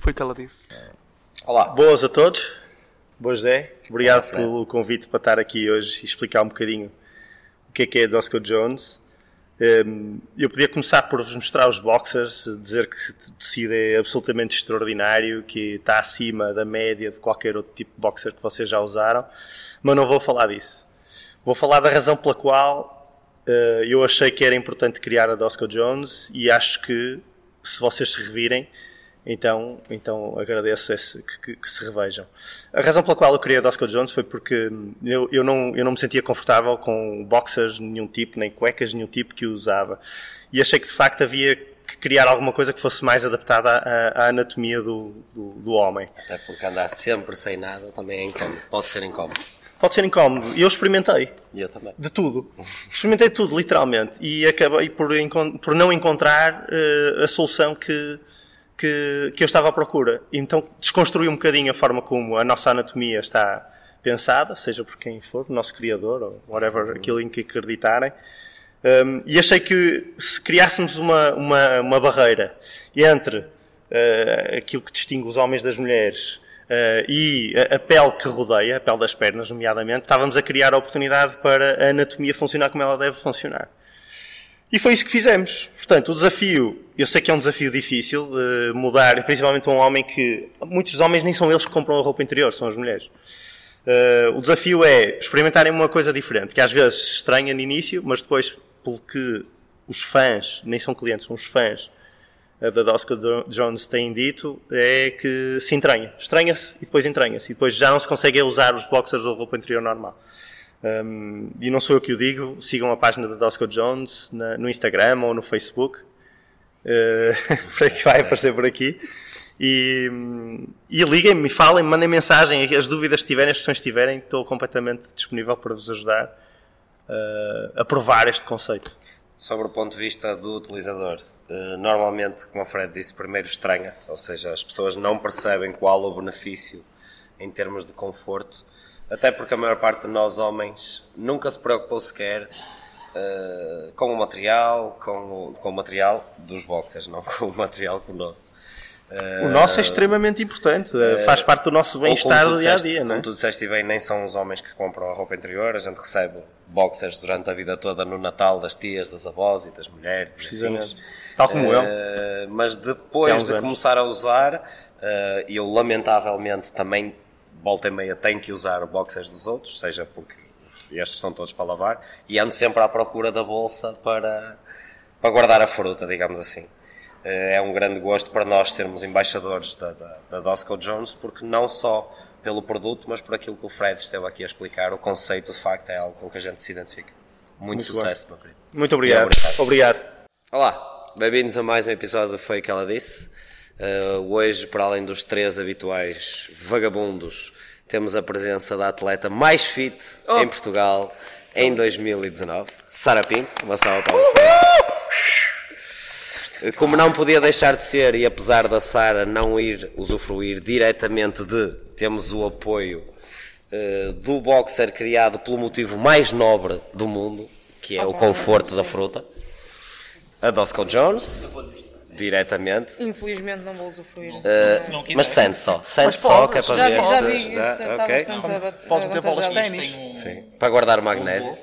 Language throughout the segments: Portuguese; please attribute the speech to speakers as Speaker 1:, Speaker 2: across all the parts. Speaker 1: Foi o que ela disse.
Speaker 2: Olá.
Speaker 3: Boas a todos. Boas, Zé. Obrigado
Speaker 2: Olá, Fred.
Speaker 3: pelo convite para estar aqui hoje e explicar um bocadinho o que é que é a Dosco Jones. Hum, Eu podia começar por vos mostrar os boxers, dizer que o tecido é absolutamente extraordinário, que está acima da média de qualquer outro tipo de boxer que vocês já usaram, mas não vou falar disso. Vou falar da razão pela qual eh, eu achei que era importante criar a Dosco Jones e acho que se vocês se revirem, então, então agradeço esse- que, que- que se revejam. A razão pela qual eu criei a Dosco Jones foi porque hum, eu, eu, não, eu não me sentia confortável com boxers de nenhum tipo, nem cuecas de nenhum tipo que eu usava. E achei que de facto havia que criar alguma coisa que fosse mais adaptada à, à anatomia do, do, do homem.
Speaker 2: Até porque andar sempre sem nada também é incómodo. Pode ser incómodo.
Speaker 3: Pode ser incómodo, e eu experimentei.
Speaker 2: E eu também.
Speaker 3: De tudo. Experimentei tudo, literalmente. E acabei por, encon- por não encontrar eh, a solução que, que, que eu estava à procura. Então desconstruí um bocadinho a forma como a nossa anatomia está pensada, seja por quem for, o nosso criador, ou whatever, aquilo em que acreditarem. Um, e achei que se criássemos uma, uma, uma barreira entre eh, aquilo que distingue os homens das mulheres eh, e a, a pele que rodeia, a pele das pernas, nomeadamente, estávamos a criar a oportunidade para a anatomia funcionar como ela deve funcionar. E foi isso que fizemos. Portanto, o desafio, eu sei que é um desafio difícil, eh, mudar, principalmente um homem que. Muitos homens nem são eles que compram a roupa interior, são as mulheres. Eh, o desafio é experimentarem uma coisa diferente, que às vezes se estranha no início, mas depois, porque os fãs, nem são clientes, são os fãs eh, da Dosca Jo- Jones têm dito, é que se entranha. Estranha-se e depois entranha-se. E depois já não se consegue usar os boxers ou roupa interior normal. Um, e não sou eu que o digo, sigam a página da Dosco Jones na- no Instagram ou no Facebook, uh, por aí que vai aparecer por aqui. E, hum, e liguem-me, e falem, me mandem mensagem, as dúvidas que tiverem, as questões que tiverem, estou completamente disponível para vos ajudar uh, a provar este conceito.
Speaker 2: Sobre o ponto de vista do utilizador, eh, normalmente, como o Fred disse, primeiro estranha-se, ou seja, as pessoas não percebem qual o benefício em termos de conforto, até porque a maior parte de nós homens nunca se preocupou sequer eh, com o material, com o, com o material dos boxers, não com o material com o nosso. Eh,
Speaker 3: O nosso é extremamente importante, uh, faz parte do nosso
Speaker 2: ou como
Speaker 3: bem-estar
Speaker 2: tu
Speaker 3: do dia a
Speaker 2: disseste-
Speaker 3: dia, não é?
Speaker 2: Como tu disseste e bem, nem são os homens que compram a roupa interior, a gente recebe boxers durante a vida toda no Natal das tias, das avós e das mulheres. e
Speaker 3: Precisamente.
Speaker 2: afins.
Speaker 3: Tal como eu.
Speaker 2: Eh, Mas
Speaker 3: Há
Speaker 2: depois
Speaker 3: uns
Speaker 2: de
Speaker 3: anos.
Speaker 2: começar a usar, eh, eu lamentavelmente também, volta e meia, tenho que usar boxers dos outros, seja porque estes são todos para lavar, e ando sempre à procura da bolsa para, para guardar a fruta, digamos assim. Eh, É um grande gosto para nós sermos embaixadores da, da, da Dosco Jones, porque não só pelo produto, mas por aquilo que o Fred esteve aqui a explicar, o conceito de facto é algo com que a gente se identifica. Muito,
Speaker 3: bem.
Speaker 2: sucesso, meu querido.
Speaker 3: Muito obrigado.
Speaker 2: Obrigado.
Speaker 3: obrigado.
Speaker 2: Olá, bem-vindos a mais um episódio do Foi o que ela disse. Uh, hoje, para além dos três habituais vagabundos, temos a presença da atleta mais fit em Portugal em 2019, Sara Pinto. Uma salva para ela. Uh, Como não podia deixar de ser, e apesar da Sara não ir usufruir diretamente de, temos o apoio uh, do boxer criado pelo motivo mais nobre do mundo, que é o conforto da fruta. A Dosco Jones, diretamente.
Speaker 4: Infelizmente não vou usufruir.
Speaker 5: não quiser.
Speaker 2: Mas sente só, sente
Speaker 1: Mas
Speaker 2: só, que é para
Speaker 4: já,
Speaker 2: ver.
Speaker 4: já
Speaker 2: se-
Speaker 4: vi, isso
Speaker 2: já,
Speaker 4: está
Speaker 2: ok.
Speaker 4: bastante ava-
Speaker 1: Podes meter bolas de
Speaker 4: avantajado.
Speaker 1: ténis.
Speaker 5: Tem um-
Speaker 2: Sim, Para guardar o magnésio.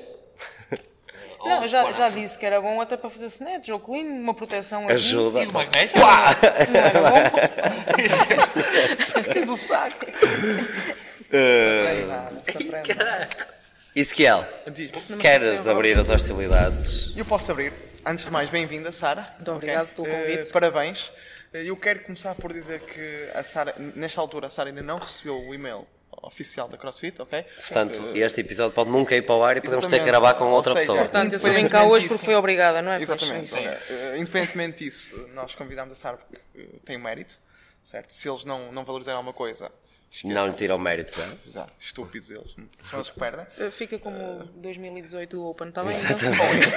Speaker 4: Não, já, já disse que era bom até para fazer snatch ou clean, uma proteção aqui.
Speaker 2: Ajuda.
Speaker 5: E o magnésio?
Speaker 4: Não era bom.
Speaker 1: Do saco.
Speaker 2: Ezequiel,
Speaker 1: Diz.
Speaker 2: queres abrir as hostilidades?
Speaker 1: Eu posso abrir. Antes de mais, bem-vinda, Sara.
Speaker 4: Muito obrigado pelo
Speaker 1: Eh,
Speaker 4: convite.
Speaker 1: parabéns. Eh, Eu quero começar por dizer que a Sara, nesta altura, a Sara ainda não recebeu o e-mail oficial da CrossFit, ok?
Speaker 2: Portanto,
Speaker 1: Eh,
Speaker 2: este episódio pode nunca ir para o ar e podemos ter que
Speaker 1: Exatamente.
Speaker 2: gravar com outra
Speaker 1: Ou seja,
Speaker 2: pessoa.
Speaker 4: Portanto, eu só vim cá hoje porque fui obrigada, não é? Pois,
Speaker 1: Exatamente.
Speaker 4: sim.
Speaker 1: Eh, Independentemente disso, nós convidamos a Sara porque eh, tem mérito, certo? Se eles não, não valorizarem alguma coisa,
Speaker 2: Não lhe tira o mérito, não? é?
Speaker 1: já, estúpidos eles, são eles que perdem.
Speaker 4: Uh, Fica como 2018 do Open, está bem? então?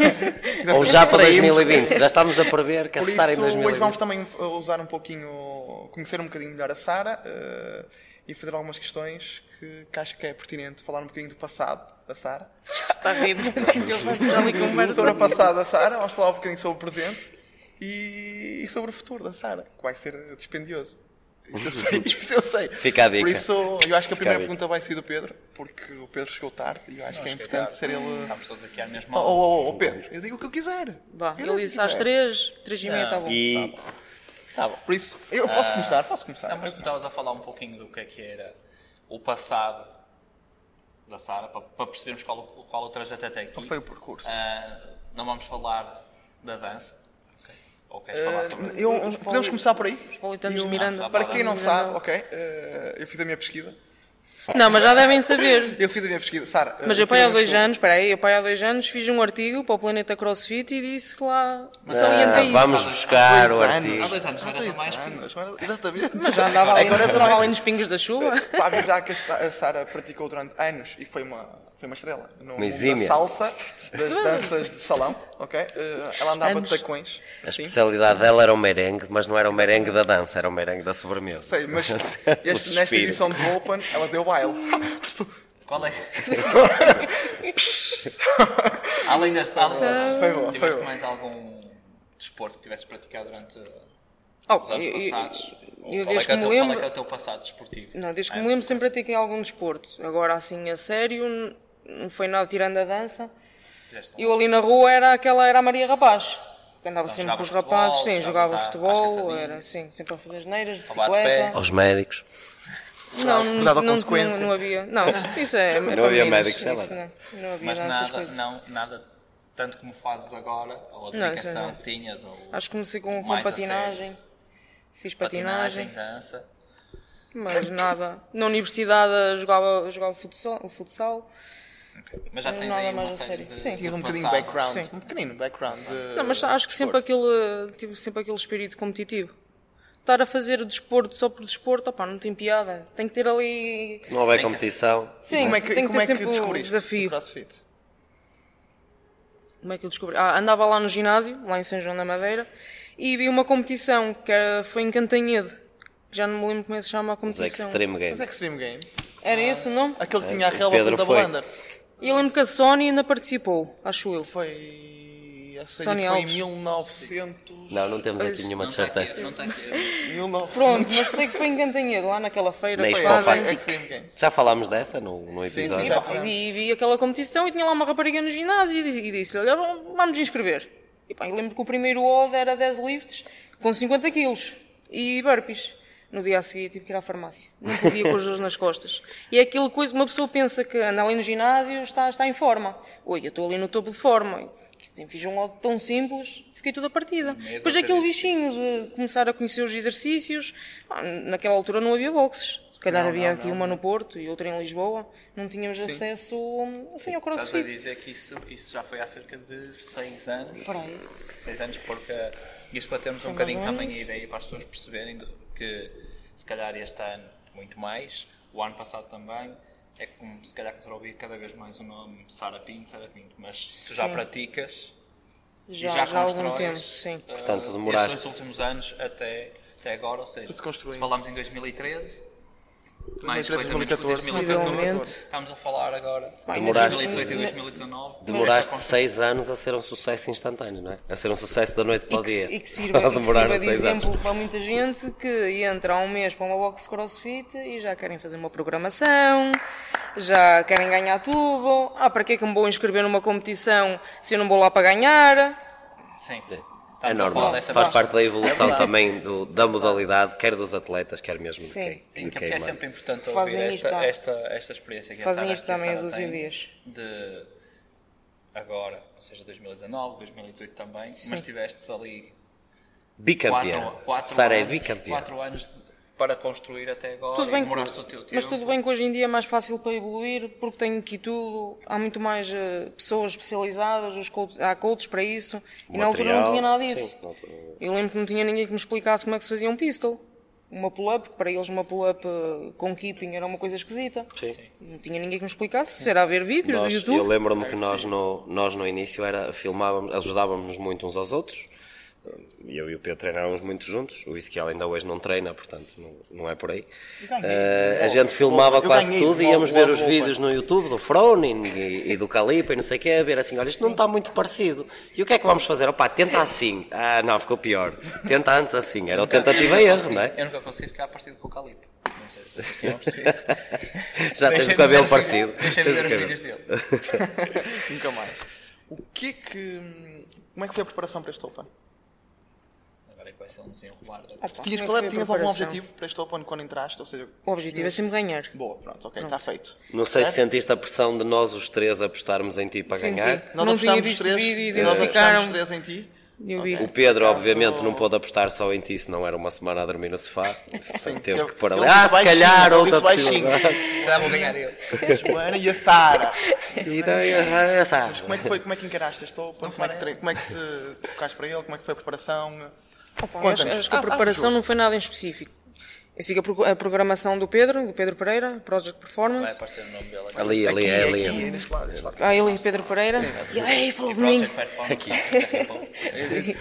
Speaker 2: Ou já para
Speaker 1: Exatamente.
Speaker 2: 2020, já estamos a prever que a
Speaker 1: Por
Speaker 2: Sara em
Speaker 1: isso, hoje vamos
Speaker 2: 2020.
Speaker 1: também uh, usar um pouquinho, conhecer um bocadinho melhor a Sara uh, e fazer algumas questões que, que acho que é pertinente falar um bocadinho do passado da Sara.
Speaker 4: Está rindo. Eles vão puxar ali conversa.
Speaker 1: Sobre o passado da Sara, vamos falar um bocadinho sobre o presente e, e sobre o futuro da Sara, que vai ser uh, dispendioso. Uh, Isso eu sei, isso eu sei.
Speaker 2: Fica a dica.
Speaker 1: Por isso, eu acho que
Speaker 2: Fica
Speaker 1: a
Speaker 2: a
Speaker 1: primeira
Speaker 2: dica.
Speaker 1: pergunta vai ser do Pedro, porque o Pedro chegou tarde e eu acho que é importante ser ele.
Speaker 5: Estamos todos aqui à mesma
Speaker 4: Tá
Speaker 1: Oh,
Speaker 5: hora.
Speaker 1: oh, oh, oh, Pedro, eu digo o que eu quiser.
Speaker 4: Vá,
Speaker 1: Eu
Speaker 4: ele
Speaker 1: digo o
Speaker 4: disse
Speaker 1: que
Speaker 4: às
Speaker 1: quiser.
Speaker 4: três, três e meia está bom.
Speaker 3: E
Speaker 5: Tá bom.
Speaker 1: Por isso, eu posso começar, posso começar.
Speaker 5: Não, mas tu estavas a falar um pouquinho do que é que era o passado da Sara, para, para percebermos qual, o- qual o trajeto até aqui.
Speaker 1: Qual foi o percurso?
Speaker 5: Ah, não vamos falar da dança. ok? Ou queres
Speaker 4: Ah.
Speaker 5: falar sobre
Speaker 1: Eh, eu-
Speaker 4: Os
Speaker 1: podemos
Speaker 4: poli-
Speaker 1: começar por aí?
Speaker 4: Os politanos
Speaker 1: Eu-
Speaker 4: de Miranda.
Speaker 5: Ah,
Speaker 1: Para quem não
Speaker 4: Miranda.
Speaker 1: sabe, ok, eh, eu fiz a minha pesquisa.
Speaker 4: Não, mas já devem saber.
Speaker 1: Eu fiz a minha pesquisa, Sara. eh,
Speaker 4: Mas eu
Speaker 1: fiz a
Speaker 4: pai há
Speaker 1: minha
Speaker 4: dois
Speaker 1: pesquisa.
Speaker 4: anos, peraí, eu pai há dois anos fiz um artigo para o Planeta Crossfit e disse que lá
Speaker 2: Ah,
Speaker 4: salientei isso.
Speaker 2: vamos buscar o
Speaker 1: Dois
Speaker 2: artigo.
Speaker 5: Há dois anos,
Speaker 1: Há
Speaker 5: agora são
Speaker 1: dois
Speaker 5: mais finos.
Speaker 1: anos, agora- Exatamente.
Speaker 4: Mas já andava ali,
Speaker 1: Agora
Speaker 4: andava
Speaker 1: também-
Speaker 4: ali nos pingos da chuva.
Speaker 1: Para avisar que a Sa- a Sara praticou durante anos e foi uma, foi uma estrela no mundo
Speaker 2: exímia.
Speaker 1: da salsa, das danças de salão, ok? Eh, ela andava
Speaker 4: Anos.
Speaker 1: de tacões,
Speaker 2: A
Speaker 1: assim.
Speaker 2: especialidade dela era o merengue, mas não era o merengue da dança, era o merengue da sobremesa.
Speaker 1: Sei, mas
Speaker 2: O
Speaker 1: este, nesta
Speaker 2: suspiro.
Speaker 1: edição do Open ela deu baile.
Speaker 5: Qual é? Além das
Speaker 4: Ah.
Speaker 5: além da dança,
Speaker 1: Foi boa, foi
Speaker 5: tiveste
Speaker 1: boa.
Speaker 5: mais algum desporto que tivesse praticado durante os
Speaker 4: Oh,
Speaker 5: anos
Speaker 4: eu- eu-
Speaker 5: passados? Ou
Speaker 4: eu desde
Speaker 5: qual, é que é o
Speaker 4: que
Speaker 5: teu,
Speaker 4: me
Speaker 5: qual é
Speaker 4: lembro-
Speaker 5: que é o teu passado desportivo? É.
Speaker 4: Não, desde que me lembro sempre pratiquei algum desporto. Agora, assim, a sério, n- não foi nada tirando a dança.
Speaker 5: Fizeste um-
Speaker 4: Eu ali na rua era aquela, era a Maria Rapaz. que Andava
Speaker 5: Então,
Speaker 4: sempre com os
Speaker 5: jogavas
Speaker 4: rapazes,
Speaker 5: futebol,
Speaker 4: sim, jogava
Speaker 5: jogavas à- às
Speaker 4: futebol,
Speaker 5: caçadinhas.
Speaker 4: era sim, sempre a fazer neiras, de
Speaker 5: Ao bate-pé.
Speaker 4: bicicleta.
Speaker 2: Aos médicos.
Speaker 4: Não,
Speaker 1: Mas
Speaker 4: não,
Speaker 1: dava
Speaker 4: não, não,
Speaker 1: consequência.
Speaker 4: não havia. Não, isso, isso é. é para
Speaker 2: havia
Speaker 4: meninos,
Speaker 2: médicos, sei lá.
Speaker 4: isso Não, não havia
Speaker 5: né, Mas
Speaker 4: nada dessas
Speaker 5: nada,
Speaker 4: coisas.
Speaker 5: não, nada tanto como fazes agora, ou a
Speaker 4: isso é
Speaker 5: dedicação
Speaker 4: não.
Speaker 5: que tinhas, ou
Speaker 4: Acho que comecei com, com
Speaker 5: Mais a
Speaker 4: patinagem. Fiz
Speaker 5: patinagem,
Speaker 4: patinagem,
Speaker 5: dança.
Speaker 4: mas nada. Na universidade eh, jogava, jogava futsal, o futsal.
Speaker 5: Mas já
Speaker 4: Não,
Speaker 5: tens
Speaker 4: nada
Speaker 5: aí uma
Speaker 4: mais a
Speaker 5: série
Speaker 4: sério.
Speaker 5: de,
Speaker 4: Sim.
Speaker 5: de
Speaker 1: Tinha um bocadinho de
Speaker 5: passados.
Speaker 1: background,
Speaker 4: Sim.
Speaker 1: um pequenino background. de-
Speaker 4: Não, mas acho que sempre
Speaker 1: desporto.
Speaker 4: aquele, tive sempre aquele espírito competitivo. Estar a fazer o desporto só por desporto, opá, não tem piada. Tem que ter ali.
Speaker 2: Se não houver competição,
Speaker 4: Sim,
Speaker 1: Como é que,
Speaker 4: tem que ter
Speaker 1: como é que
Speaker 4: sempre o
Speaker 1: descobriste o
Speaker 4: desafio.
Speaker 1: crossfit?
Speaker 4: Como é que eu descobri? Ah, andava lá no ginásio, lá em São João da Madeira, e vi uma competição que era- foi em Cantanhede. Já não me lembro como é que se chama a
Speaker 2: os
Speaker 4: competição.
Speaker 2: Extreme
Speaker 1: Os
Speaker 4: é
Speaker 2: Games.
Speaker 1: é Extreme Games.
Speaker 4: Era esse o nome?
Speaker 1: Aquele que tinha a relva
Speaker 2: É, Pedro
Speaker 1: com o Double
Speaker 2: foi.
Speaker 1: Unders.
Speaker 4: E eu lembro que a Sony ainda participou, acho eu.
Speaker 1: Foi. A série
Speaker 4: Sony
Speaker 1: foi em
Speaker 4: Alves.
Speaker 1: 1900.
Speaker 2: Não, não temos aqui nenhuma
Speaker 5: Não
Speaker 2: de
Speaker 5: está
Speaker 2: certeza.
Speaker 5: aqui, não está aqui.
Speaker 1: 1900.
Speaker 4: Pronto, mas sei que foi em Cantanhedo, lá naquela feira.
Speaker 2: Na
Speaker 4: que
Speaker 2: Expo
Speaker 1: Foi a
Speaker 4: fazem.
Speaker 2: Fácil.
Speaker 1: Extreme Games.
Speaker 2: Já falámos dessa no, no
Speaker 1: Sim,
Speaker 2: episódio.
Speaker 1: sim,
Speaker 4: E,
Speaker 1: já.
Speaker 4: pá, e vi, e vi aquela competição e tinha lá uma rapariga no ginásio e disse- e disse-lhe, olha, vamos inscrever. E pá, eu lembro que o primeiro odd era 10 lifts com 50 quilos e burpees. No dia a seguir tive que ir à farmácia. Não podia com os dois nas costas. E é aquela coisa que uma pessoa pensa que anda ali no ginásio está, está em forma. Oi, eu estou ali no topo de forma. Fiz um odd tão simples, fiquei toda partida. Depois daquele bichinho de começar a conhecer os exercícios, pá, naquela altura não havia boxes. Se calhar havia aqui uma no Porto e outra em Lisboa. Não tínhamos acesso assim, ao
Speaker 5: Estás a
Speaker 4: crossfit.
Speaker 5: dizer que isso, isso já foi há cerca de 6 anos.
Speaker 4: Espera aí.
Speaker 5: seis anos, porque isto para termos um bocadinho também a ideia para as pessoas perceberem do- que se calhar este ano muito mais, o ano passado também, é como se calhar começou a ouvir cada vez mais o nome Sara Pinto, Sara Pinto, mas tu já
Speaker 4: Sim.
Speaker 5: praticas
Speaker 4: Já,
Speaker 5: e já,
Speaker 4: já há algum tempo,
Speaker 5: constróis,
Speaker 4: sim.
Speaker 5: eh,
Speaker 2: Portanto, demoraste.
Speaker 5: Estes últimos anos até, até agora, ou seja,
Speaker 1: Se construindo.
Speaker 5: falámos em 2013, mais
Speaker 1: 2013,
Speaker 5: coisa menos coisa,
Speaker 4: 2014.
Speaker 5: 2014, estamos a falar agora
Speaker 4: Vai,
Speaker 5: de
Speaker 2: Demoraste.
Speaker 5: 2018 e 2019.
Speaker 2: Demoraste
Speaker 5: Esta
Speaker 2: seis anos a ser um sucesso instantâneo, não é? A ser um sucesso da noite para
Speaker 4: E
Speaker 2: o dia.
Speaker 4: que, se- e que sirva,
Speaker 2: Só
Speaker 4: e que
Speaker 2: demoraram
Speaker 4: sirva de
Speaker 2: seis anos.
Speaker 4: exemplo para muita gente que entra há um mês para uma box crossfit e já querem fazer uma programação, já querem ganhar tudo. Ah, para que é que me vou inscrever numa competição se eu não vou lá para ganhar?
Speaker 5: Sim.
Speaker 2: É
Speaker 5: Estamos a falar
Speaker 2: normal,
Speaker 5: dessa
Speaker 2: faz
Speaker 5: parte.
Speaker 2: parte da evolução
Speaker 1: É verdade.
Speaker 2: também do- da modalidade, quer dos atletas, quer mesmo de
Speaker 4: Sim.
Speaker 2: quem,
Speaker 5: Sim,
Speaker 2: de
Speaker 5: que
Speaker 2: quem
Speaker 5: é
Speaker 2: manda.
Speaker 5: sempre importante
Speaker 4: Fazem
Speaker 5: ouvir
Speaker 4: isto,
Speaker 5: esta,
Speaker 4: ah.
Speaker 5: esta, esta experiência que
Speaker 4: Fazem
Speaker 5: a Sara,
Speaker 4: isto
Speaker 5: que a
Speaker 4: também
Speaker 5: Sara
Speaker 4: dos
Speaker 5: tem
Speaker 4: IDs.
Speaker 5: De agora, ou seja, 2019, 2018 também, mas tiveste ali
Speaker 2: Bicampeã.
Speaker 5: 4 anos,
Speaker 2: Sara é bicampeã.
Speaker 5: quatro anos de- para construir até agora
Speaker 4: Tudo
Speaker 5: e
Speaker 4: bem, que-
Speaker 5: demoraste o teu tempo.
Speaker 4: mas tudo bem que hoje em dia é mais fácil para evoluir porque tem aqui tudo, há muito mais eh, pessoas especializadas, os coaches- há coaches para isso e na altura não
Speaker 2: Material,
Speaker 4: tinha nada disso.
Speaker 2: sim, na altura-
Speaker 4: Eu lembro que não tinha ninguém que me explicasse como é que se fazia um pistol. Uma pull-up, que para eles uma pull-up eh, com keeping era uma coisa esquisita.
Speaker 2: Sim.
Speaker 4: Não tinha ninguém que me explicasse, era a ver vídeos
Speaker 2: Nós-
Speaker 4: do
Speaker 2: eu
Speaker 4: YouTube.
Speaker 5: Ah,
Speaker 2: lembro-me que nós no, nós no início era filmávamos, ajudávamos muito uns aos outros. Eu e o Pedro treinávamos muito juntos, o Ezequiel ainda hoje não treina, portanto não, não é por aí.
Speaker 1: ganhei,
Speaker 2: Eh, a
Speaker 1: boa,
Speaker 2: gente filmava
Speaker 1: boa. Eu
Speaker 2: quase
Speaker 1: ganhei,
Speaker 2: tudo e
Speaker 1: boa,
Speaker 2: íamos
Speaker 1: boa,
Speaker 2: ver os
Speaker 1: boa.
Speaker 2: vídeos no YouTube do Froning e, e do Calipa e não sei o que, ver assim, olha, isto não está muito parecido. E o que é que vamos fazer? Opá, tenta assim. Ah, não, ficou pior. Tenta antes assim. Era o tentativa e erro, não é?
Speaker 5: Eu nunca consegui ficar parecido com o Calipo. Não sei se vocês tinham percebido.
Speaker 2: Já tens
Speaker 5: Deixa
Speaker 2: o
Speaker 5: de
Speaker 2: cabelo
Speaker 5: ver-
Speaker 2: parecido.
Speaker 5: Deixa de
Speaker 2: Tens o
Speaker 5: ver os
Speaker 2: cabelo.
Speaker 5: vídeos dele.
Speaker 1: Nunca mais. O que é que. Como é que foi a preparação para este Open?
Speaker 5: Agora é que vai ser um desenrolar da
Speaker 4: Ah, pá,
Speaker 1: Tinhas,
Speaker 4: como
Speaker 1: qual
Speaker 4: é
Speaker 1: é,
Speaker 4: que foi a
Speaker 1: tinhas algum
Speaker 4: preparação?
Speaker 1: objetivo para este Open quando entraste? Ou seja,
Speaker 4: O objetivo é sempre ganhar.
Speaker 1: boa, pronto, ok, está feito.
Speaker 2: Não sei se senti a pressão de nós os três apostarmos em ti para ganhar.
Speaker 4: Senti.
Speaker 1: Nós
Speaker 4: não tinha
Speaker 1: apostámos
Speaker 4: visto
Speaker 1: três,
Speaker 4: vídeo e
Speaker 1: nós
Speaker 4: identificaram.
Speaker 1: apostámos três em ti.
Speaker 4: Eu vi.
Speaker 2: O Pedro, obviamente, não pôde apostar só em ti, senão era uma semana a dormir no sofá. Portanto, teve que pôr ali.
Speaker 1: Ele
Speaker 2: Ah,
Speaker 1: disse
Speaker 2: se calhar
Speaker 1: baixinho, ele
Speaker 2: outra
Speaker 1: disse baixinho.
Speaker 2: possibilidade.
Speaker 5: Se calhar vou ganhar eu.
Speaker 1: A Joana e a Sara.
Speaker 2: E daí, ah, sabe.
Speaker 1: Como é que foi? Como é que encaraste este Open? Como é que, tre- como é que te focaste para ele? Como é que foi a preparação?
Speaker 4: Opa, acho,
Speaker 1: Conta-nos.
Speaker 4: acho que a
Speaker 1: Ah, ah,
Speaker 4: preparação
Speaker 1: João.
Speaker 4: não foi nada em específico. Eu sigo a, pro- a programação do Pedro, do Pedro Pereira, Project
Speaker 5: Vai
Speaker 4: Performance.
Speaker 5: aparecer o nome dele aqui.
Speaker 2: Ali, ali, é, ali.
Speaker 1: Aqui,
Speaker 2: é.
Speaker 1: neste lado, neste lado.
Speaker 4: Ah, ele e Pedro Pereira. E aí, falou de mim.
Speaker 5: Project Performance.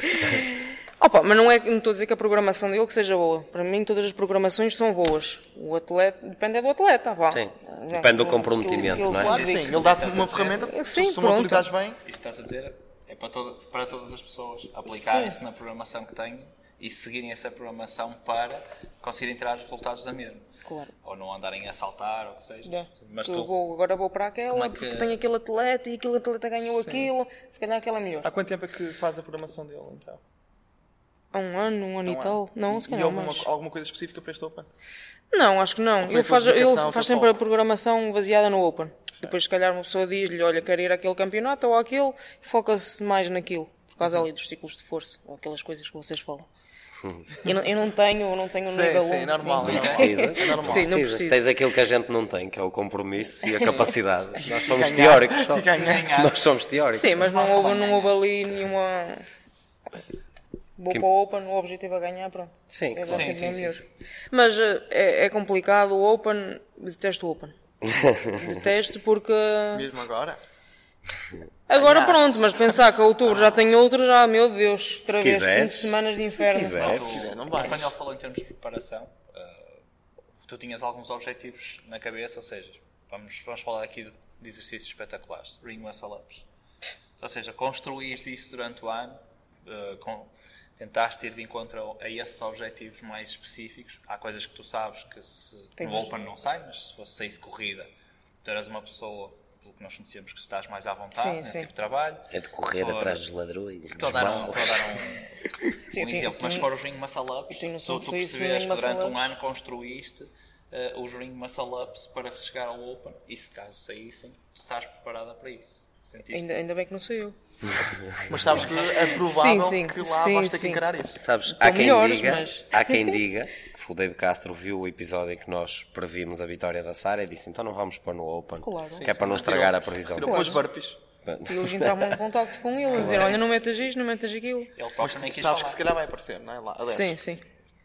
Speaker 4: Opa, mas não é que- não estou a dizer que a programação dele que seja boa. Para mim todas as programações são boas. O atleta depende é do atleta, vá.
Speaker 2: Sim.
Speaker 4: Ah,
Speaker 2: Depende do
Speaker 4: aquilo-
Speaker 2: comprometimento,
Speaker 4: aquilo-
Speaker 2: não é?
Speaker 1: Claro, sim, ele dá-te uma ferramenta que
Speaker 4: Sim,
Speaker 1: se não
Speaker 4: pronto.
Speaker 1: utilizares bem,
Speaker 5: Isto que estás a dizer é para, todo- para todas as pessoas aplicarem-se na programação que têm e seguirem essa programação para conseguirem tirar os resultados da mesma.
Speaker 4: Claro.
Speaker 5: Ou não andarem a saltar, ou o que seja.
Speaker 4: Yeah.
Speaker 5: Mas
Speaker 4: Eu
Speaker 5: tu-
Speaker 4: vou- agora vou para aquela
Speaker 5: Como é que-
Speaker 4: porque tem aquele atleta e aquele atleta ganhou aquilo. Se calhar aquela é melhor.
Speaker 1: há quanto tempo é que faz a programação dele então?
Speaker 4: Há um ano, um ano e
Speaker 1: Não há?
Speaker 4: tal. Não,
Speaker 1: E-
Speaker 4: se
Speaker 1: E
Speaker 4: calhar
Speaker 1: alguma,
Speaker 4: mais.
Speaker 1: alguma coisa específica para este Open?
Speaker 4: Não, acho que não.
Speaker 1: foi
Speaker 4: Ele
Speaker 1: a tua
Speaker 4: faz, ele
Speaker 1: dedicação, o
Speaker 4: faz
Speaker 1: teu
Speaker 4: sempre a
Speaker 1: foco.
Speaker 4: programação baseada no Open. Depois, se calhar, uma pessoa diz-lhe: olha, quero ir àquele campeonato ou àquele, e foca-se mais naquilo, por causa ali dos ciclos de força, ou aquelas coisas que vocês falam. Eu não, eu não tenho, eu não tenho um
Speaker 1: Sim,
Speaker 4: nível
Speaker 1: sim,
Speaker 4: um,
Speaker 1: é normal,
Speaker 4: sim.
Speaker 1: é normal.
Speaker 2: Precisas.
Speaker 1: É normal.
Speaker 4: Sim, não
Speaker 2: Precisas.
Speaker 4: preciso.
Speaker 2: Tens aquilo que a gente não tem, que é o compromisso e a capacidade. Nós somos
Speaker 1: Ganhar.
Speaker 2: teóricos. só.
Speaker 1: E ganhar.
Speaker 2: Nós somos teóricos.
Speaker 4: Sim, mas não houve, não houve ali nenhuma. Vou para o Open, o objetivo é ganhar, pronto.
Speaker 2: Sim,
Speaker 4: é
Speaker 2: claro.
Speaker 4: sempre
Speaker 5: Sim,
Speaker 4: bem
Speaker 5: sim,
Speaker 4: melhor.
Speaker 5: sim,
Speaker 4: Mas eh, é, é complicado o Open, detesto o Open. detesto porque.
Speaker 1: Mesmo agora?
Speaker 4: Agora pronto, mas pensar que outubro já tem outro, já, meu Deus, outra
Speaker 2: Se
Speaker 4: vez,
Speaker 2: quiseres.
Speaker 4: 5 semanas de
Speaker 2: Se
Speaker 4: inferno.
Speaker 2: quiseres.
Speaker 5: Mas
Speaker 1: Se
Speaker 5: o-
Speaker 1: quiser, É, não
Speaker 5: mas
Speaker 1: vai.
Speaker 5: Quando ele falou em termos de preparação, ah, tu tinhas alguns objetivos na cabeça, ou seja, vamos, vamos falar aqui de, de exercícios espetaculares, ring muscle ups. Ou seja, construíres isso durante o ano, ah, com- tentaste ir de encontro a esses objetivos mais específicos. Há coisas que tu sabes que se,
Speaker 4: Tem
Speaker 5: no
Speaker 4: mais-
Speaker 5: Open não sai, mas se fosse saísse corrida, tu eras uma pessoa, pelo que nós conhecemos, que estás mais à vontade
Speaker 4: Sim,
Speaker 5: nesse
Speaker 4: sim.
Speaker 5: tipo de trabalho.
Speaker 2: É de correr
Speaker 5: Fora.
Speaker 2: atrás dos ladrões. dos
Speaker 5: Estou a dar um,
Speaker 2: maus.
Speaker 5: estou a dar um,
Speaker 4: Sim,
Speaker 5: um
Speaker 4: eu tenho-
Speaker 5: exemplo, mas
Speaker 4: tenho-
Speaker 5: fora os ring muscle ups,
Speaker 4: eu tenho noção
Speaker 5: tu,
Speaker 4: que
Speaker 5: tu
Speaker 4: sei isso de
Speaker 5: percebes
Speaker 4: ring
Speaker 5: que durante
Speaker 4: muscle
Speaker 5: um
Speaker 4: ups.
Speaker 5: ano construíste eh, os ring muscle ups para chegar ao Open e se caso saíssem, tu estás preparada para isso. Sentiste?
Speaker 4: Ainda, ainda bem que não sou eu.
Speaker 1: Mas sabes que é provável
Speaker 4: sim,
Speaker 1: que lá
Speaker 4: sim,
Speaker 1: vais ter
Speaker 4: sim.
Speaker 1: que encarar isso.
Speaker 2: Sabes,
Speaker 4: Estão
Speaker 2: há quem,
Speaker 4: melhores,
Speaker 2: diga,
Speaker 4: mas-
Speaker 2: há quem diga que o Dave Castro viu o episódio em que nós previmos a vitória da Sara e disse: então não vamos pôr no Open,
Speaker 4: Claro.
Speaker 2: que é para não estragar a previsão.
Speaker 1: Tirou com os burpees.
Speaker 4: E eles entravam em contacto com ele, a dizer: olha, não metas isto, não metas aquilo.
Speaker 5: Ele próprio nem quis
Speaker 1: Sabes que
Speaker 5: falar.
Speaker 1: se calhar vai aparecer, não é? Lá, aliás,
Speaker 4: Sim, sim.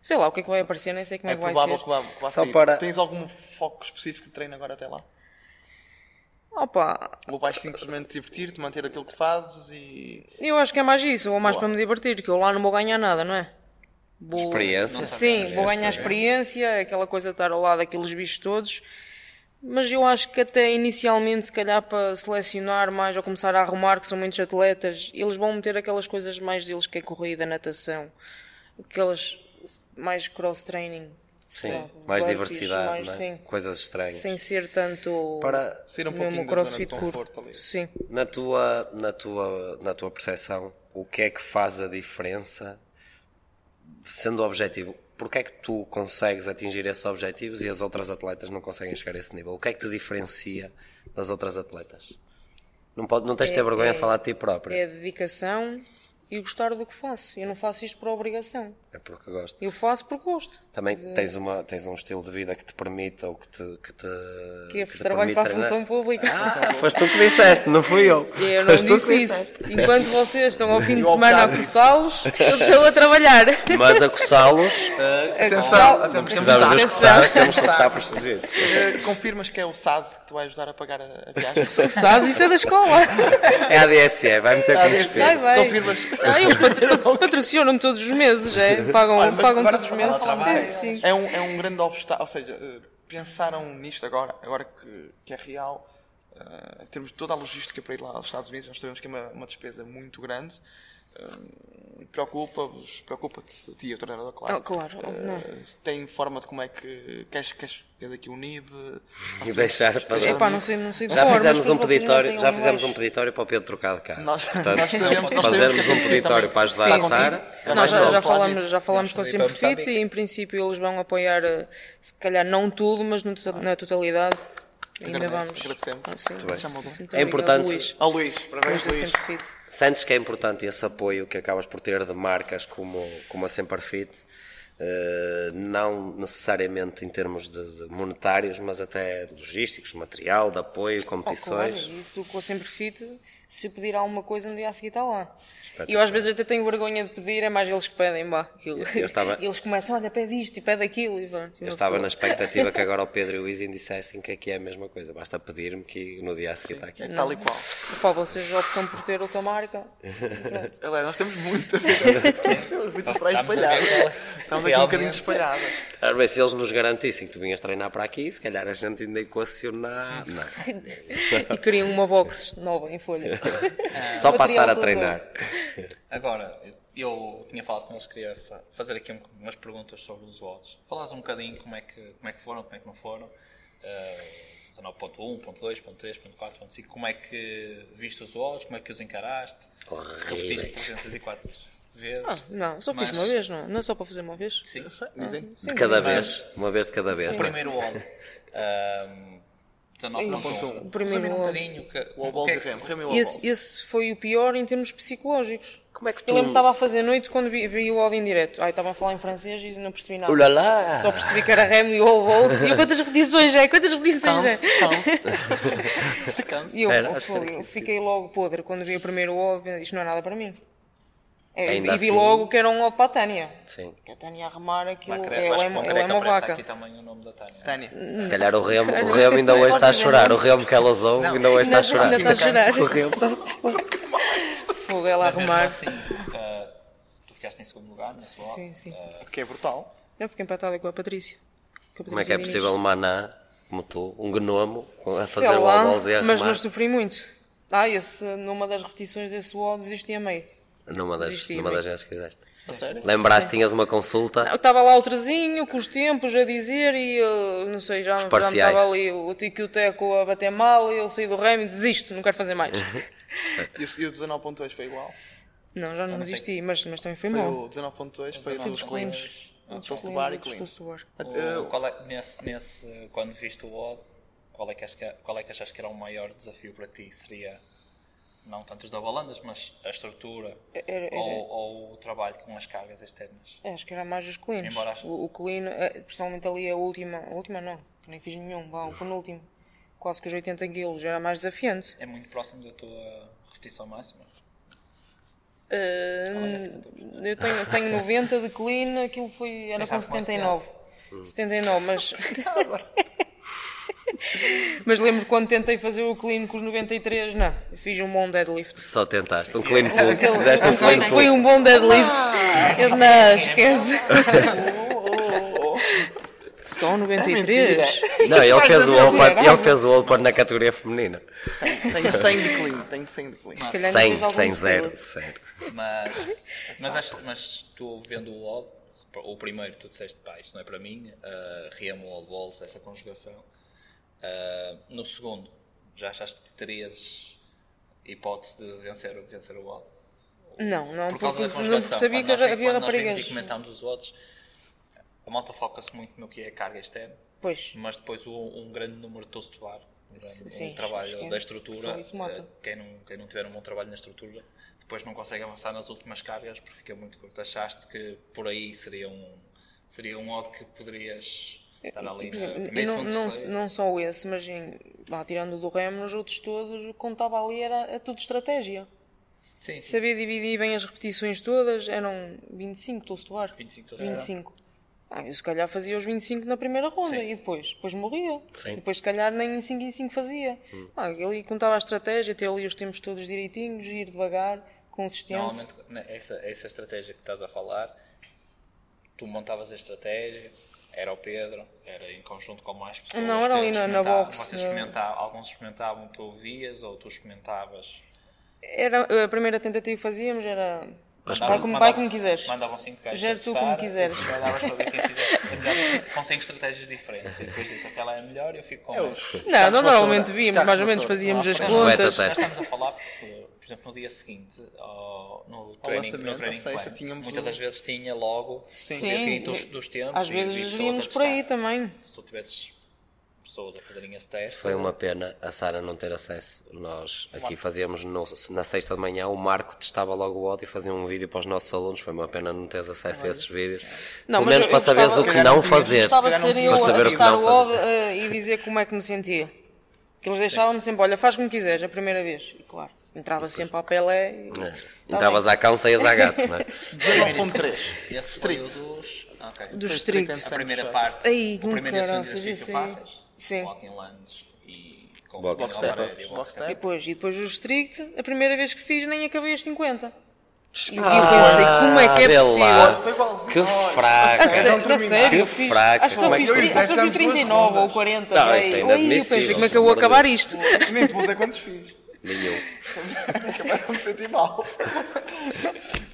Speaker 4: Sei lá o que é que vai aparecer, nem sei como é,
Speaker 1: É
Speaker 4: que vai
Speaker 1: provável
Speaker 4: ser.
Speaker 1: que vá, que vá
Speaker 2: Só
Speaker 1: sair.
Speaker 2: para-
Speaker 1: Tens algum foco específico de treino agora até lá?
Speaker 4: Opa,
Speaker 1: Ou vais simplesmente divertir-te, manter aquilo que fazes e.
Speaker 4: eu acho que é mais isso, ou mais
Speaker 1: Boa.
Speaker 4: para me divertir, que eu lá não vou ganhar nada, não é? Vou-
Speaker 2: Experiência. Não
Speaker 4: Sim,
Speaker 1: é
Speaker 2: sabemos,
Speaker 4: vou ganhar
Speaker 2: esta, né?
Speaker 4: experiência, aquela coisa de estar ao lado daqueles bichos todos. Mas eu acho que até inicialmente, se calhar, para selecionar mais ou começar a arrumar, que são muitos atletas, eles vão meter aquelas coisas mais deles, que é corrida, natação, aquelas mais cross-training. sei lá,
Speaker 2: Sim, mais
Speaker 4: burpees,
Speaker 2: diversidade,
Speaker 4: mais-
Speaker 2: não é?
Speaker 4: sim,
Speaker 2: coisas estranhas.
Speaker 4: sem ser tanto
Speaker 2: Para,
Speaker 1: Sair um
Speaker 4: mesmo
Speaker 1: pouquinho da zona de
Speaker 4: crossfit puro.
Speaker 1: conforto ali.
Speaker 4: Sim.
Speaker 2: na, tua, na, tua, na tua percepção, o que é que faz a diferença, sendo objetivo? Porque é que tu consegues atingir esses objetivos e as outras atletas não conseguem chegar a esse nível? O que é que te diferencia das outras atletas? Não, pode, não tens de ter vergonha de falar de ti próprio.
Speaker 4: É a dedicação e gostar do que faço. Eu não faço isto por obrigação.
Speaker 2: É porque gosto.
Speaker 4: Eu faço porque gosto.
Speaker 2: Também
Speaker 4: é.
Speaker 2: tens, uma, tens um estilo de vida que te permita ou que te. Que, te,
Speaker 4: Que é
Speaker 2: te
Speaker 4: trabalho para a
Speaker 2: treinar.
Speaker 4: função pública. É,
Speaker 2: Ah, foste tu que disseste, não fui eu.
Speaker 4: Eu não
Speaker 2: Foste tu que
Speaker 4: disse isso. Enquanto vocês estão ao fim de
Speaker 1: Eu ao
Speaker 4: semana a
Speaker 1: bocado disse.
Speaker 4: coçá-los, eu estou a trabalhar.
Speaker 2: Mas a coçá-los,
Speaker 4: É, coçá-
Speaker 1: atenção, atenção,
Speaker 2: precisávamos de os coçar, temos que estar protegidos.
Speaker 1: Eh, Confirmas que é o SAS que te vai ajudar a pagar a, a viagem?
Speaker 4: Coçás, isso é da escola.
Speaker 2: É a DSE, vai meter com
Speaker 1: Ah, desse-
Speaker 4: Sai
Speaker 2: desespero.
Speaker 4: bem.
Speaker 1: Confirmas?
Speaker 4: Ah, eles patro- patrocinam-me todos os meses, é? Pagam,
Speaker 1: Olha, mas
Speaker 4: pagam
Speaker 1: agora
Speaker 4: todos os
Speaker 1: vamos
Speaker 4: meses.
Speaker 1: falar de
Speaker 4: Sim, sim.
Speaker 1: É um, é um grande obstáculo, ou seja, eh, pensaram nisto agora, agora que, que é real, eh, temos toda a logística para ir lá aos Estados Unidos, nós sabemos que é uma, uma despesa muito grande. eh, Preocupa-vos, preocupa-te, a ti e a torneira, claro.
Speaker 4: Oh, claro, não é?
Speaker 1: Eh, se Tem forma de como é que queres, queres, queres aqui o NIB?
Speaker 2: E deixar para.
Speaker 4: Epá, não sei, não sei de
Speaker 2: Já
Speaker 4: cor, mas
Speaker 2: fizemos um
Speaker 4: depois vocês não
Speaker 2: peditório,
Speaker 4: têm
Speaker 2: já
Speaker 4: um
Speaker 2: fizemos
Speaker 4: mais.
Speaker 2: um peditório para o Pedro trocar de carro.
Speaker 1: Nós-
Speaker 2: Portanto,
Speaker 1: nós sabemos- nós sabemos
Speaker 2: fazermos
Speaker 1: que
Speaker 2: um
Speaker 1: também-
Speaker 2: peditório para ajudar
Speaker 4: Sim,
Speaker 2: a
Speaker 4: sim.
Speaker 2: Sara. é
Speaker 4: Nós
Speaker 2: mais
Speaker 4: já, já
Speaker 1: novo.
Speaker 2: novo.
Speaker 4: falamos, já falamos com o
Speaker 5: Vamos
Speaker 4: Sempre
Speaker 5: para Moçambique.
Speaker 4: Fit e em princípio eles vão apoiar, eh, se calhar não tudo, mas no to- na totalidade. Ainda
Speaker 1: Agradeço,
Speaker 4: vamos.
Speaker 1: Ah. agradecemos.
Speaker 4: Ah, sim,
Speaker 1: bem.
Speaker 4: sim, muito
Speaker 1: É
Speaker 4: obrigado,
Speaker 2: importante-
Speaker 4: Luís.
Speaker 1: Ó Luís,
Speaker 4: Luís
Speaker 1: parabéns
Speaker 4: da
Speaker 1: Luís.
Speaker 4: é Sempre Fit.
Speaker 2: Sentes que é importante esse apoio que acabas por ter de marcas como, como a Semperfit, eh, não necessariamente em termos de, de monetários, mas até de logísticos, material, de apoio,
Speaker 4: Oh, claro,
Speaker 2: competições.
Speaker 4: isso com o Sempre Fit, se eu pedir alguma coisa, no dia a seguir está lá. E eu às vezes até tenho vergonha de pedir, é mais eles que pedem, bah, aquilo.
Speaker 2: Eu estava-
Speaker 4: Eles começam, olha, pede isto e pede aquilo. E, pronto, e
Speaker 2: Eu
Speaker 4: uma
Speaker 2: estava na
Speaker 4: pessoa-
Speaker 2: expectativa que agora o Pedro e o Isin dissessem que aqui é a mesma coisa, basta pedir-me que no dia a seguir está aqui.
Speaker 1: É tal e qual.
Speaker 4: Pá, vocês optam por ter outra marca. Pronto.
Speaker 1: Aliás, nós temos muita nós temos muito para aí
Speaker 5: Estamos a ver
Speaker 1: espalhado.
Speaker 5: qual é.
Speaker 1: Estamos aqui um bocadinho
Speaker 5: Realmente.
Speaker 1: espalhadas.
Speaker 2: Ora bem, se eles nos garantissem que tu vinhas treinar para aqui, se calhar a gente ainda equacionava. Não.
Speaker 4: E queriam uma box nova em folha.
Speaker 2: Só
Speaker 4: Material
Speaker 2: passar a
Speaker 4: todo
Speaker 2: treinar.
Speaker 5: Agora, eu tinha falado com eles que queria fa- fazer aqui um- umas perguntas sobre os odds. Falas um bocadinho como é que, como é que foram, como é que não foram. eh, 19.1, 1.2, 1.3, 1.4, 1.5. Como é que viste os odds? Como é que os encaraste? Se repetiste
Speaker 2: Horríveis.
Speaker 5: 304 vezes?
Speaker 4: Ah, não, só fiz
Speaker 5: Mas-
Speaker 4: uma vez, não é? Não é só para fazer uma vez?
Speaker 5: Sim.
Speaker 1: Dizem?
Speaker 4: Sim,
Speaker 2: Cada
Speaker 4: sim.
Speaker 2: vez, uma vez de cada vez. não
Speaker 5: O
Speaker 2: é?
Speaker 5: primeiro odd. Um, 19.1.
Speaker 4: primeiro
Speaker 1: O
Speaker 5: Resumir um
Speaker 4: odd.
Speaker 5: bocadinho que,
Speaker 1: O
Speaker 5: o
Speaker 1: Obol
Speaker 5: que é
Speaker 1: de
Speaker 5: que-
Speaker 1: Remo, Remo e o
Speaker 4: E Esse,
Speaker 1: Obol.
Speaker 4: esse foi o pior em termos psicológicos.
Speaker 2: Como é que
Speaker 4: Eu lembro que estava a fazer noite quando vi, vi o áudio em direto. Ai, estava a falar em francês e não percebi nada.
Speaker 2: Ulala!
Speaker 4: Só percebi que era Remo e o Wolf. E eu, quantas repetições é? Quantas repetições é?
Speaker 1: Canso, canso. Canso.
Speaker 4: E eu,
Speaker 2: Era,
Speaker 4: eu
Speaker 2: acho que era
Speaker 4: fui- eu fiquei logo podre quando vi o primeiro ovo. Isto não é nada para mim. É, e
Speaker 2: Ainda
Speaker 4: vi
Speaker 2: assim-
Speaker 4: logo que era um ovo para a Tânia.
Speaker 2: Sim.
Speaker 4: Que a Tânia a remar aquilo.
Speaker 5: Macre-
Speaker 4: ela
Speaker 5: acho
Speaker 4: é,
Speaker 5: que uma
Speaker 4: ela é
Speaker 5: careca
Speaker 4: uma
Speaker 5: aparece
Speaker 4: vaca.
Speaker 5: aqui também o nome da Tânia.
Speaker 1: Tânia.
Speaker 2: Se calhar o Remo, o Remo ainda hoje está a chorar. O Remo que ela usou
Speaker 4: é
Speaker 2: ainda hoje está a chorar.
Speaker 4: Ainda está a chorar.
Speaker 2: O Remo está
Speaker 4: Fogo, ela a
Speaker 5: Mas mesmo
Speaker 4: remar.
Speaker 5: assim, ah, tu ficaste em segundo lugar nesse odd.
Speaker 4: Sim, sim.
Speaker 1: O que é brutal.
Speaker 4: Eu fiquei empatada com a Patrícia. Com a
Speaker 2: Como é que é
Speaker 4: Patrícia Diniz.
Speaker 2: possível maná, como tu, um gnomo, com- a
Speaker 4: Sei
Speaker 2: fazer o
Speaker 4: lá,
Speaker 2: almoço e a
Speaker 4: mas,
Speaker 2: remar?
Speaker 4: mas sofri muito. Ah, esse, numa das repetições desse wall desisti a meio.
Speaker 2: Numa das,
Speaker 4: Desisti,
Speaker 2: numa
Speaker 4: bem.
Speaker 2: das vezes que fizeste.
Speaker 1: A sério?
Speaker 2: Lembraste que tinhas uma consulta?
Speaker 4: Ah, Eu estava lá outrazinho, com os tempos a dizer e eh, não sei, já, já me
Speaker 2: parciais.
Speaker 4: estava ali o Tico e o Teco a bater mal e eu saí do remo e desisto, não quero fazer mais.
Speaker 1: E o e o 19.2 foi igual?
Speaker 4: não, já não desisti, mas, mas também foi
Speaker 1: Foi
Speaker 4: mal. Ah,
Speaker 1: o 19.2, foi o
Speaker 5: Foi
Speaker 1: dos
Speaker 5: dos
Speaker 1: cleans.
Speaker 5: cleans.
Speaker 1: Toast bar e clean.
Speaker 4: Estou a suar.
Speaker 5: O- qual é, nesse, nesse, quando viste o odd, qual é, que acho que, qual é que achas que era o maior desafio para ti? Seria, não tanto os double-unders, mas a estrutura
Speaker 4: Era- era-
Speaker 5: Ou, ou o trabalho com as cargas externas?
Speaker 4: É, acho que era mais os cleans.
Speaker 5: Embora acho-
Speaker 4: O, o clean, eh, principalmente ali a última, a última não, que nem fiz nenhum, vá, o penúltimo. Quase que os 80 quilos, era mais desafiante.
Speaker 5: É muito próximo da tua repetição máxima?
Speaker 4: Eh, eu tenho, tenho 90 de clean, aquilo foi. era
Speaker 5: é? Tens
Speaker 4: com
Speaker 5: algo mais
Speaker 4: 79.
Speaker 5: é?
Speaker 4: Hum. 79, mas.
Speaker 5: tá
Speaker 4: mas lembro quando tentei fazer o clean com os 93, não, fiz um bom deadlift.
Speaker 2: Só tentaste. Um clean pull.
Speaker 4: Aquele,
Speaker 2: Fizeste um
Speaker 4: foi,
Speaker 2: clean
Speaker 4: foi
Speaker 2: pull.
Speaker 4: um bom deadlift.
Speaker 5: Ah.
Speaker 4: Eu não, esquece. Oh, Só um 93?
Speaker 2: Não, ele fez o open,
Speaker 4: Caralho.
Speaker 2: ele fez o open na categoria feminina.
Speaker 1: Tenho 100 de clean, tenho 100 de clean.
Speaker 4: calhar não
Speaker 2: Sem,
Speaker 4: fez algum
Speaker 2: sem
Speaker 4: sentido.
Speaker 2: zero. zero.
Speaker 5: Mas, mas, acho- mas tu vendo o odd, o primeiro tu disseste, pá, isto não é para mim, ah, remo odd balls, essa conjugação. Ah, no segundo, já achaste que terias hipótese de vencer, vencer o odd?
Speaker 4: Não, não,
Speaker 5: por causa
Speaker 4: porque
Speaker 5: da
Speaker 4: não
Speaker 5: conjugação.
Speaker 4: sabia
Speaker 5: Quando
Speaker 4: que
Speaker 5: nós-
Speaker 4: havia
Speaker 5: quando nós vimos
Speaker 4: raparigas.
Speaker 5: E comentámos os odds, a malta foca-se muito no que é carga externa,
Speaker 4: Pois,
Speaker 5: mas depois o- um grande número de toast bar, um grande
Speaker 4: Sim,
Speaker 5: um trabalho
Speaker 4: esquece.
Speaker 5: da
Speaker 4: Só
Speaker 5: estrutura.
Speaker 4: isso mata.
Speaker 5: eh, Quem não, quem não tiver um bom trabalho na estrutura, depois não consegue avançar nas últimas cargas porque fica muito curto. Achaste que por aí seria um, seria um odd que poderias estar ali
Speaker 4: Por
Speaker 5: na um
Speaker 4: exemplo,
Speaker 5: primeira,
Speaker 4: não,
Speaker 5: segunda,
Speaker 4: não,
Speaker 5: terceira?
Speaker 4: não só esse, mas em- vá, tirando o do Remo, nos outros todos, o que contava ali era é tudo estratégia.
Speaker 5: Sim, sim.
Speaker 4: Sabia dividir bem as repetições todas, eram 25, estou a soar.
Speaker 5: 25 toast bar.
Speaker 4: 25. Ah, eu se calhar fazia os 25 na primeira ronda
Speaker 5: Sim.
Speaker 4: e depois, depois morria.
Speaker 2: Sim.
Speaker 4: E depois se calhar nem em 5 em 5 fazia. Ah, ele contava a estratégia, ter ali os tempos todos direitinhos, ir devagar, consistente.
Speaker 5: Normalmente, na- essa, essa estratégia que estás a falar, tu montavas a estratégia, era o Pedro, era em conjunto com mais pessoas.
Speaker 4: Não, era
Speaker 5: que
Speaker 4: ali na- na
Speaker 5: experimentavam,
Speaker 4: box,
Speaker 5: Vocês
Speaker 4: na-
Speaker 5: experimentavam, alguns experimentavam, tu ouvias, ou tu experimentavas.
Speaker 4: Era, a primeira tentativa que fazíamos era
Speaker 2: Mas
Speaker 4: vai
Speaker 2: pronto,
Speaker 4: como, vai
Speaker 5: mandavam-
Speaker 4: como quiseres.
Speaker 5: Mandavam cinco gajos
Speaker 4: Gera
Speaker 5: a
Speaker 4: tu
Speaker 5: testar,
Speaker 4: como
Speaker 5: e
Speaker 4: quiseres.
Speaker 5: Mandavas para ver quem fizesse melhores, com cinco estratégias diferentes. E depois disse aquela é a melhor, eu fico com
Speaker 1: É
Speaker 5: esta.
Speaker 1: os-
Speaker 4: Não,
Speaker 1: Carros
Speaker 4: não, normalmente
Speaker 1: vassoura.
Speaker 4: víamos,
Speaker 1: Carros
Speaker 4: mais ou menos
Speaker 1: vassoura.
Speaker 4: fazíamos
Speaker 5: Lá
Speaker 4: as
Speaker 5: para
Speaker 4: contas.
Speaker 2: Beta
Speaker 5: Nós
Speaker 2: teste.
Speaker 5: estamos a falar porque, por exemplo, no dia seguinte, ao- no training,
Speaker 1: lançamento,
Speaker 5: no training
Speaker 1: ou seja,
Speaker 5: plan,
Speaker 1: tínhamos
Speaker 5: muitas
Speaker 1: o-
Speaker 5: das vezes tinha logo
Speaker 1: Sim.
Speaker 5: no dia
Speaker 4: Sim,
Speaker 5: seguinte dos, dos tempos
Speaker 4: Às
Speaker 5: e- e
Speaker 4: vezes
Speaker 5: pessoas
Speaker 4: víamos
Speaker 5: a
Speaker 4: por aí
Speaker 5: testar.
Speaker 4: também.
Speaker 5: Se tu tivesses pessoas a fazerem esse teste,
Speaker 2: Foi um uma pena a Sara não ter acesso. Nós aqui fazíamos no- na sexta de manhã, o Marco testava logo o áudio e fazia um vídeo para os nossos alunos. Foi uma pena não teres acesso a esses vídeos.
Speaker 4: Não,
Speaker 2: Pelo menos
Speaker 4: mas eu-
Speaker 2: para
Speaker 4: eu gostava-
Speaker 2: saberes o
Speaker 1: Se
Speaker 2: que
Speaker 1: calhar não
Speaker 2: não
Speaker 1: tinha-
Speaker 2: fazer.
Speaker 4: Gostava de
Speaker 1: calhar não
Speaker 4: ser eu
Speaker 1: tinha
Speaker 4: a
Speaker 2: saber o que
Speaker 4: testar
Speaker 2: não
Speaker 4: o
Speaker 2: fazer.
Speaker 4: OV eh, e dizer como é que me sentia. Que eles deixavam-me sempre, olha, faz como quiseres, a primeira vez. E claro, entrava sempre à Pelé e...
Speaker 2: É.
Speaker 4: Tá
Speaker 2: Né? Estavas
Speaker 4: bem.
Speaker 2: à cão, saias à gato, não é?
Speaker 1: 19.3.
Speaker 5: esse foi o dos. ok.
Speaker 4: Dos
Speaker 1: Foi
Speaker 4: streets.
Speaker 5: A
Speaker 1: Sempre
Speaker 5: primeira
Speaker 1: certo.
Speaker 5: parte,
Speaker 4: Ai,
Speaker 5: o primeiro e o segundo
Speaker 4: caraças,
Speaker 5: exercício
Speaker 4: isso aí.
Speaker 5: fáceis,
Speaker 4: Sim.
Speaker 5: walking lands e com
Speaker 2: Box
Speaker 5: box
Speaker 1: step.
Speaker 5: step, e
Speaker 1: Box
Speaker 5: box
Speaker 1: step.
Speaker 5: é step.
Speaker 4: E depois, e depois o strict, a primeira vez que fiz nem acabei as 50. E eu pensei,
Speaker 2: Ah,
Speaker 4: como é que é
Speaker 2: vê lá.
Speaker 4: possível?
Speaker 1: Foi igualzinho.
Speaker 2: Que
Speaker 4: A
Speaker 2: fraca.
Speaker 4: sério, a sério,
Speaker 2: Que
Speaker 4: eu fiz,
Speaker 2: fraca.
Speaker 4: acho que só
Speaker 2: Como é
Speaker 4: fiz,
Speaker 2: que
Speaker 1: eu
Speaker 4: tri-
Speaker 1: fiz?
Speaker 4: acho que só fiz
Speaker 1: Fizeste duas
Speaker 4: 39 ou
Speaker 1: rondas.
Speaker 4: 40.
Speaker 2: Não,
Speaker 4: bem.
Speaker 2: isso é
Speaker 4: Ui, eu
Speaker 2: inadmissível,
Speaker 4: pensei, como é que eu vou
Speaker 2: pelo amor de
Speaker 4: acabar isto?
Speaker 1: Nem te vou dizer quantos fiz.
Speaker 2: Nenhum.
Speaker 1: Acabaram de me sentir mal.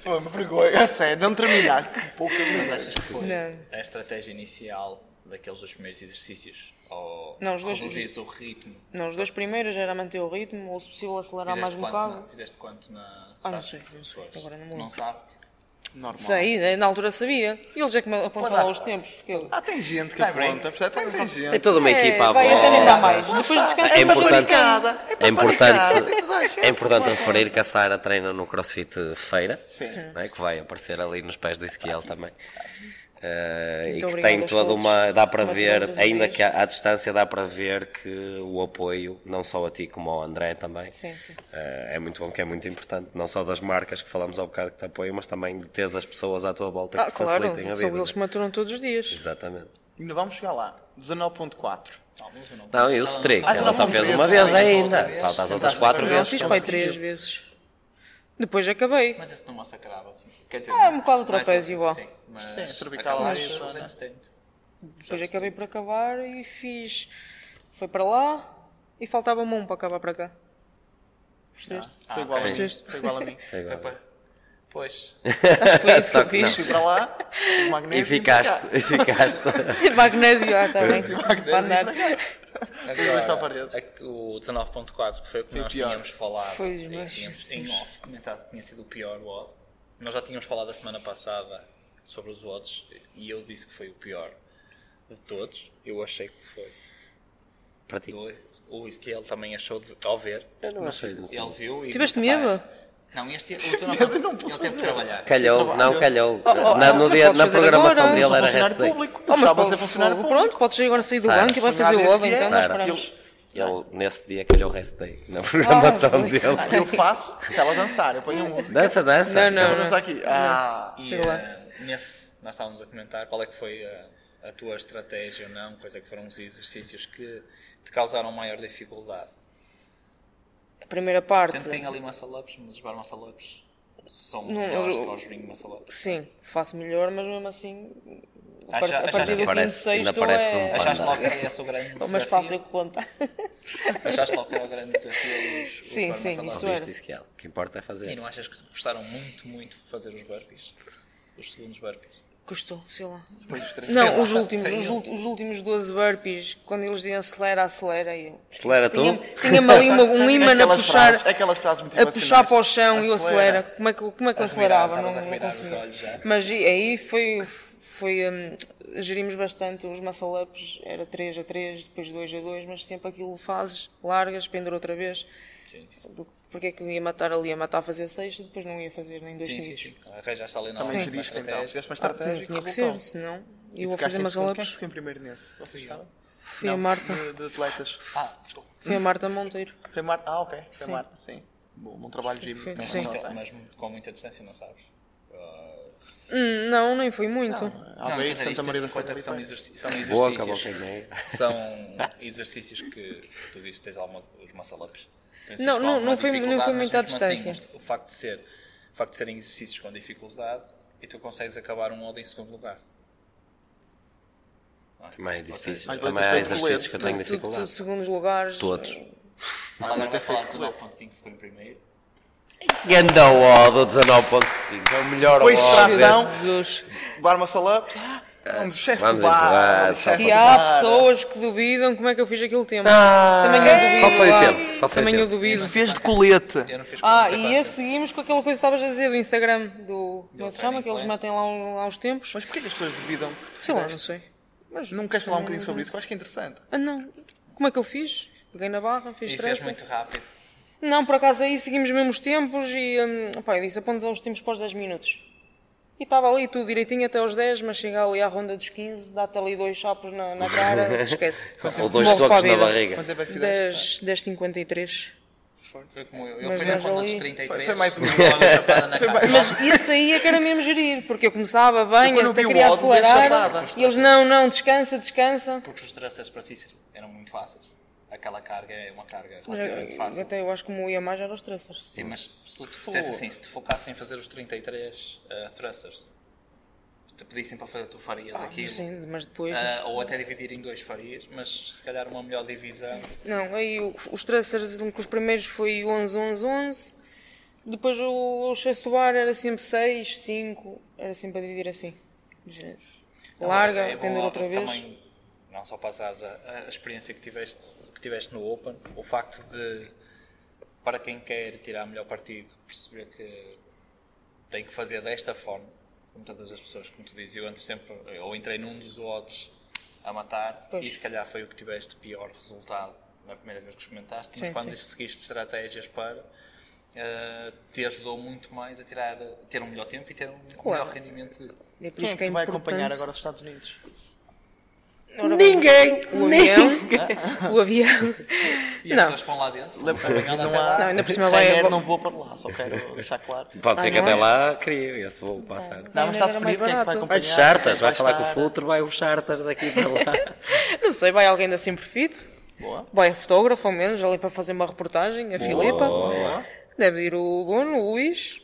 Speaker 1: Pô, me vergonha. A sério, não terminar. Que pouca
Speaker 5: Mas
Speaker 1: vergonha.
Speaker 5: achas que foi
Speaker 4: Não.
Speaker 5: a estratégia inicial daqueles dos primeiros exercícios? Ou
Speaker 4: Não, os dois-
Speaker 5: reduzires o ritmo?
Speaker 4: Não, os dois primeiros era manter o ritmo, ou se possível acelerar mais
Speaker 5: Fizeste
Speaker 4: um
Speaker 5: quanto,
Speaker 4: bocado.
Speaker 5: na, fizeste quanto na
Speaker 4: Ah, não
Speaker 5: sabe?
Speaker 4: sei, não sei,
Speaker 5: Pois.
Speaker 4: agora não me lembro.
Speaker 5: sabe?
Speaker 1: Normal.
Speaker 4: Sei, né, na altura sabia. E eles é que me apontam
Speaker 5: Mas
Speaker 4: lá
Speaker 5: há-
Speaker 4: os tempos. porque eu-
Speaker 1: Ah, tem gente que
Speaker 5: Tá bem.
Speaker 1: aponta, percebe? Tem, tem gente.
Speaker 2: Tem toda uma
Speaker 4: É,
Speaker 2: equipa à
Speaker 4: vai até nem
Speaker 2: volta.
Speaker 4: dá mais. Depois descansa
Speaker 2: É
Speaker 4: mas
Speaker 2: importante,
Speaker 1: paparicada, é
Speaker 2: é
Speaker 1: paparicada, tem toda a
Speaker 2: importante,
Speaker 1: gente
Speaker 2: é importante
Speaker 1: paparicada.
Speaker 2: referir que a Sara treina no CrossFit Feira,
Speaker 1: Sim.
Speaker 2: não é? que vai aparecer ali nos pés do Ezequiel também. Eh, e
Speaker 4: Muito
Speaker 2: que
Speaker 4: obrigada
Speaker 2: tem
Speaker 4: a
Speaker 2: toda
Speaker 4: todos.
Speaker 2: uma. dá para
Speaker 4: Uma
Speaker 2: ver,
Speaker 4: turma de
Speaker 2: ainda
Speaker 4: dias.
Speaker 2: que à à distância, dá para ver que o apoio, não só a ti como ao André também,
Speaker 4: Sim, sim.
Speaker 2: eh, é muito bom, que é muito importante, não só das marcas que falamos há bocado que te apoiam, mas também de teres as pessoas à tua volta que
Speaker 4: Ah,
Speaker 2: te facilitem
Speaker 4: claro,
Speaker 2: a vida.
Speaker 4: são eles que
Speaker 2: não é?
Speaker 4: maturam todos os dias.
Speaker 2: Exatamente.
Speaker 1: Ainda vamos chegar lá. 19.4.
Speaker 5: Alguns eu não.
Speaker 2: Não, e o Strict,
Speaker 1: Ah, já
Speaker 2: ela só
Speaker 1: não
Speaker 2: fez
Speaker 1: fez,
Speaker 2: uma
Speaker 1: só
Speaker 2: vez
Speaker 1: fez
Speaker 2: ainda,
Speaker 5: outra vez.
Speaker 2: falta as
Speaker 1: Não
Speaker 2: outras
Speaker 1: tá
Speaker 2: quatro
Speaker 1: esperando.
Speaker 4: Não,
Speaker 2: vezes.
Speaker 4: fiz
Speaker 1: Conseguiu.
Speaker 4: pai três vezes. Depois acabei.
Speaker 5: Mas esse não massacrava, assim. Quer dizer,
Speaker 4: Ah, é um bocado
Speaker 5: mais
Speaker 4: trapézio,
Speaker 5: ou-
Speaker 4: ó.
Speaker 5: Sim, mas.
Speaker 1: Sim, é cervical
Speaker 5: acabas
Speaker 1: ali,
Speaker 5: os
Speaker 1: né?
Speaker 5: 70.
Speaker 4: Depois acabei por acabar e fiz. Foi para lá e faltava-me um para acabar para cá. Percebeste?
Speaker 1: Foi igual a mim.
Speaker 4: Vocês-
Speaker 1: Foi igual a mim.
Speaker 5: Epa, Pois.
Speaker 4: Foi isso que eu
Speaker 1: Fui
Speaker 4: fiz.
Speaker 1: para lá, fiz magnésio
Speaker 2: E
Speaker 1: vim para cá.
Speaker 2: ficaste, e ficaste.
Speaker 4: Magnésio, ah, está bem.
Speaker 1: magnésio
Speaker 4: Para andar.
Speaker 1: Dois para a parede.
Speaker 5: é que o 19.4, que foi o que
Speaker 1: Foi
Speaker 5: nós
Speaker 1: pior.
Speaker 5: tínhamos falado.
Speaker 4: Foi,
Speaker 5: e
Speaker 4: mas-
Speaker 5: tínhamos em off comentado que tinha sido o pior WOD. Nós já tínhamos falado a semana passada sobre os WODs e eu disse que foi o pior de todos. Eu achei que foi.
Speaker 2: Para ti.
Speaker 5: O Ezequiel também achou de, ao ver.
Speaker 2: Eu não achei disso.
Speaker 5: Ele viu e.
Speaker 4: Tiveste
Speaker 5: Pá,
Speaker 4: medo?
Speaker 5: Não, este. O 19.4
Speaker 1: não
Speaker 5: ele
Speaker 1: posso
Speaker 5: teve de
Speaker 1: fazer.
Speaker 5: trabalhar.
Speaker 2: Calhou, não calhou. na, no
Speaker 4: não
Speaker 2: dia,
Speaker 4: podes
Speaker 2: na
Speaker 4: fazer
Speaker 2: programação
Speaker 4: agora.
Speaker 2: dele
Speaker 1: Sou
Speaker 2: era
Speaker 1: funcionário
Speaker 2: restei.
Speaker 1: público.
Speaker 4: Oh, mas
Speaker 1: Gostava de ser
Speaker 4: pode-
Speaker 1: funcionário
Speaker 4: pronto,
Speaker 1: público.
Speaker 4: podes sair agora sair do
Speaker 2: Sara,
Speaker 4: banco e vai fazer o OVA,
Speaker 1: Sara,
Speaker 4: então nós
Speaker 2: Sara,
Speaker 4: paramos.
Speaker 2: Ele, nesse dia, calhou restei. Na programação
Speaker 4: Ah,
Speaker 2: dele.
Speaker 1: Eu faço se ela dançar. Eu ponho a música.
Speaker 2: Dança, dança.
Speaker 4: Não, não,
Speaker 1: Eu vou dançar
Speaker 4: não.
Speaker 1: aqui. Ah,
Speaker 5: E
Speaker 4: Chega lá.
Speaker 5: eh, nesse, nós estávamos a comentar qual é que foi a, a tua estratégia ou não, quais é que foram os exercícios que te causaram maior dificuldade.
Speaker 4: A primeira
Speaker 5: A
Speaker 4: parte.
Speaker 5: gente tem ali muscle-ups, mas os bar muscle-ups são
Speaker 4: Não,
Speaker 5: melhores
Speaker 4: eu-
Speaker 5: que os ring muscle-ups.
Speaker 4: Sim, faço melhor, mas mesmo assim. A,
Speaker 5: Acha-
Speaker 4: par- a
Speaker 5: achaste
Speaker 4: partir
Speaker 5: que
Speaker 4: do quinto,
Speaker 2: parece- ainda
Speaker 4: sexto
Speaker 2: parece um
Speaker 4: é.
Speaker 2: panda.
Speaker 5: Achaste logo que esse é o grande desafio?
Speaker 4: Mas faço eu que conta.
Speaker 5: Achaste logo que era o grande desafio os, os
Speaker 4: Sim,
Speaker 5: bar
Speaker 4: sim,
Speaker 5: muscle-ups?
Speaker 4: isso é.
Speaker 2: Isto disse que ela. O que importa é
Speaker 5: E
Speaker 2: fazer.
Speaker 5: não achas que te custaram muito, muito fazer os burpees? Os segundos burpees?
Speaker 4: Custou, sei lá.
Speaker 1: depois dos três.
Speaker 4: Não, os
Speaker 5: lá,
Speaker 4: últimos,
Speaker 5: sei
Speaker 4: os,
Speaker 5: eu.
Speaker 4: ulti- os últimos 12 burpees, quando eles dizem acelera, acelera, e eu.
Speaker 2: Acelera tu.
Speaker 4: Tinha- Tinha-me ali uma- um imã a
Speaker 1: Aquelas
Speaker 4: puxar,
Speaker 1: frases- aquelas frases
Speaker 4: a
Speaker 1: motivacionais.
Speaker 4: puxar para o chão e eu
Speaker 1: Acelera.
Speaker 4: acelera. Como é que, eu- como é que eu
Speaker 5: A virar,
Speaker 4: acelerava? Não,
Speaker 5: estavas a
Speaker 4: não
Speaker 5: virar os olhos já.
Speaker 4: conseguia. Mas e- aí foi. foi hum, gerimos bastante os muscle ups, era 3 a 3, depois 2 a 2, mas sempre aquilo fazes, largas, pendura outra vez.
Speaker 5: Sim, sim,
Speaker 4: Do- Porque é que eu ia matar ali, ia matar a fazer 6 e depois não ia fazer nem dois
Speaker 5: sim, sim,
Speaker 4: seguidos.
Speaker 5: sim. Arranjaste ali na
Speaker 1: Também
Speaker 5: hora
Speaker 1: geriste
Speaker 5: uma
Speaker 1: então.
Speaker 5: estratégia.
Speaker 4: Ah,
Speaker 1: Fizeste uma
Speaker 4: tinha,
Speaker 1: estratégia que
Speaker 4: tinha que
Speaker 1: resultou.
Speaker 4: ser, senão
Speaker 1: E
Speaker 4: eu vou
Speaker 1: ficaste
Speaker 4: fazer
Speaker 1: em
Speaker 4: umas
Speaker 1: segundo. Quem é que
Speaker 4: alapas.
Speaker 1: ficou em primeiro nesse? Vocês sabem?
Speaker 4: Fui a Marta,
Speaker 1: De, de atletas.
Speaker 5: Ah, desculpa.
Speaker 4: fui a Marta Monteiro.
Speaker 1: Foi Marta. Ah, ok. Foi
Speaker 4: Sim.
Speaker 1: Marta, sim. Bom, bom trabalho, Jimmy.
Speaker 4: Foi-
Speaker 1: Não,
Speaker 4: sim.
Speaker 1: não
Speaker 5: Então,
Speaker 1: tem.
Speaker 5: mas com muita distância, não sabes?
Speaker 4: Hum, Não, nem foi muito.
Speaker 1: Aldeia de
Speaker 5: quer dizer,
Speaker 1: Santa
Speaker 5: é isto
Speaker 1: Maria da é
Speaker 5: tendo em conta que
Speaker 1: Feira.
Speaker 5: São, exerci- são exercícios.
Speaker 2: Boca, boca, né?
Speaker 5: São exercícios que tu dizes que tens alguma, os muscle ups. Tens
Speaker 4: Não,
Speaker 5: com
Speaker 4: não-
Speaker 5: alguma
Speaker 4: não foi- não
Speaker 5: dificuldade,
Speaker 4: foi
Speaker 5: mas
Speaker 4: muito à
Speaker 5: mesmo assim,
Speaker 4: distância.
Speaker 5: o facto de ser facto de serem exercícios com dificuldade e tu consegues acabar um odd em segundo lugar.
Speaker 2: Também é difícil.
Speaker 1: Às vezes
Speaker 2: Também há
Speaker 1: tem
Speaker 2: exercícios que eu tenho
Speaker 4: Tu-
Speaker 1: coletes,
Speaker 4: tu, tu,
Speaker 2: dificuldade.
Speaker 4: segundos lugares.
Speaker 2: Todos.
Speaker 5: Agora
Speaker 1: Ah, não
Speaker 5: vai
Speaker 1: tem
Speaker 5: falar
Speaker 1: feito
Speaker 5: de
Speaker 1: colete.
Speaker 5: 19.5 foi no primeiro.
Speaker 2: Ganda Odo 19.5. É o melhor
Speaker 1: Pois
Speaker 2: Odo.
Speaker 1: trazão.
Speaker 2: desse.
Speaker 4: Jesus.
Speaker 1: Bar muscle ups, ah, vamos excesso
Speaker 2: vamos
Speaker 1: de barra,
Speaker 2: empurrar,
Speaker 1: vamos
Speaker 2: só
Speaker 1: excesso
Speaker 4: E
Speaker 1: de
Speaker 4: há
Speaker 1: barra.
Speaker 4: pessoas que duvidam como é que eu fiz aquele tempo.
Speaker 2: Ah,
Speaker 4: Também eu duvido.
Speaker 2: Qual foi o
Speaker 4: ah,
Speaker 2: tempo? Qual foi o
Speaker 4: Também eu
Speaker 2: tempo?
Speaker 4: duvido.
Speaker 1: Fez de colete.
Speaker 5: Eu não fiz
Speaker 4: Ah,
Speaker 5: colete,
Speaker 4: e
Speaker 5: agora.
Speaker 4: a seguimos com aquela coisa que estavas a dizer do Instagram do. Como é que se chama?
Speaker 5: Training
Speaker 4: Que eles
Speaker 5: Plan.
Speaker 4: metem lá, um- lá uns tempos.
Speaker 1: Mas porquê que as pessoas duvidam que tu
Speaker 4: Sei lá, não
Speaker 1: fizeste?
Speaker 4: sei. Mas
Speaker 1: Não queres falar um bocadinho sobre isso? Que eu acho que é interessante.
Speaker 4: Ah, não. Como é que eu fiz? Peguei na barra, fiz
Speaker 5: E fez
Speaker 4: três.
Speaker 5: muito rápido.
Speaker 4: Não, por acaso aí seguimos mesmo os tempos e. Hum, pá, eu disse aponta os tempos para os 10 minutos. E estava ali tudo direitinho até aos 10, mas chega ali à ronda dos 15, dá-te ali dois chapos na, na cara, esquece.
Speaker 2: Ou dois
Speaker 4: Morre para
Speaker 2: socos
Speaker 4: a
Speaker 2: na
Speaker 4: vida.
Speaker 2: barriga.
Speaker 1: Quanto tempo é que fizeste?
Speaker 4: 10, 10,53.
Speaker 5: Foi como eu. Eu
Speaker 4: Mas
Speaker 5: fui
Speaker 4: nós
Speaker 5: na conta
Speaker 4: ali-
Speaker 5: dos 33.
Speaker 1: Foi- foi mais um-
Speaker 5: uma chapada na cara.
Speaker 4: Mas isso aí é que era mesmo gerir, porque eu começava bem,
Speaker 1: quando
Speaker 4: eu até
Speaker 1: vi o
Speaker 4: queria
Speaker 1: áudio, dei
Speaker 4: acelerar.
Speaker 1: chapada.
Speaker 4: E eles, não, não, descansa, descansa.
Speaker 5: Porque os thrusters para ti eram muito fáceis. Aquela carga é uma carga relativamente
Speaker 4: Mas,
Speaker 5: fácil.
Speaker 4: até eu acho que o meu ia mais era os tracers.
Speaker 5: Sim, mas se tu fizesse assim, se tu focasses em fazer os 33 uh, thrusters, te pedissem para fazer, tu farias aquilo.
Speaker 4: Ah, Sim, mas depois.
Speaker 5: Ah, ou até dividir em dois farias, mas se calhar uma melhor divisão.
Speaker 4: Não, aí o- os tracers, um, os primeiros foi 11, 11, 11. Depois o, o sexto bar era sempre 6, 5. Era sempre a dividir assim. Já- Larga,
Speaker 5: Agora, é bom
Speaker 4: pendura outra vez.
Speaker 5: Também, não só passares a, a experiência que tiveste, que tiveste no Open, o facto de, para quem quer tirar melhor partido, perceber que tem que fazer desta forma, como todas as pessoas, como tu dizes, eu antes sempre, ou entrei num dos odds a matar,
Speaker 4: Pois.
Speaker 5: e se calhar foi o que tiveste pior resultado na primeira vez que experimentaste, mas
Speaker 4: Sim,
Speaker 5: quando
Speaker 4: sim.
Speaker 5: seguiste estratégias para. ah, te ajudou muito mais a tirar, ter um melhor tempo e ter um
Speaker 4: Claro.
Speaker 5: melhor rendimento de-
Speaker 4: É por
Speaker 1: Quem
Speaker 4: isso
Speaker 1: é
Speaker 4: que
Speaker 1: que
Speaker 4: é
Speaker 1: te vai
Speaker 4: importante-
Speaker 1: acompanhar agora aos Estados Unidos?
Speaker 4: Ninguém! O avião. o avião.
Speaker 5: E as
Speaker 4: Não.
Speaker 5: pessoas vão lá dentro.
Speaker 1: Lembra- Não há.
Speaker 4: Não, ainda por cima vai-
Speaker 1: Ryanair não vou para lá, só quero deixar claro.
Speaker 2: Pode ser
Speaker 4: Ah,
Speaker 2: que
Speaker 4: não
Speaker 2: até
Speaker 4: é?
Speaker 2: lá crie esse voo passar.
Speaker 1: Não, mas
Speaker 4: Ryanair era
Speaker 1: está
Speaker 4: mais
Speaker 1: definido quem é que vai
Speaker 4: barato.
Speaker 1: acompanhar.
Speaker 2: Vai de charters,
Speaker 1: quem é
Speaker 2: vai
Speaker 1: que
Speaker 2: falar com o
Speaker 1: estar.
Speaker 2: Fulter, vai os charters daqui para lá.
Speaker 4: Não sei, vai alguém da Sempre Fit.
Speaker 1: Boa.
Speaker 4: Vai a fotógrafo, ao menos, ali para fazer uma reportagem. A Filipa. Deve ir o dono, o Luís.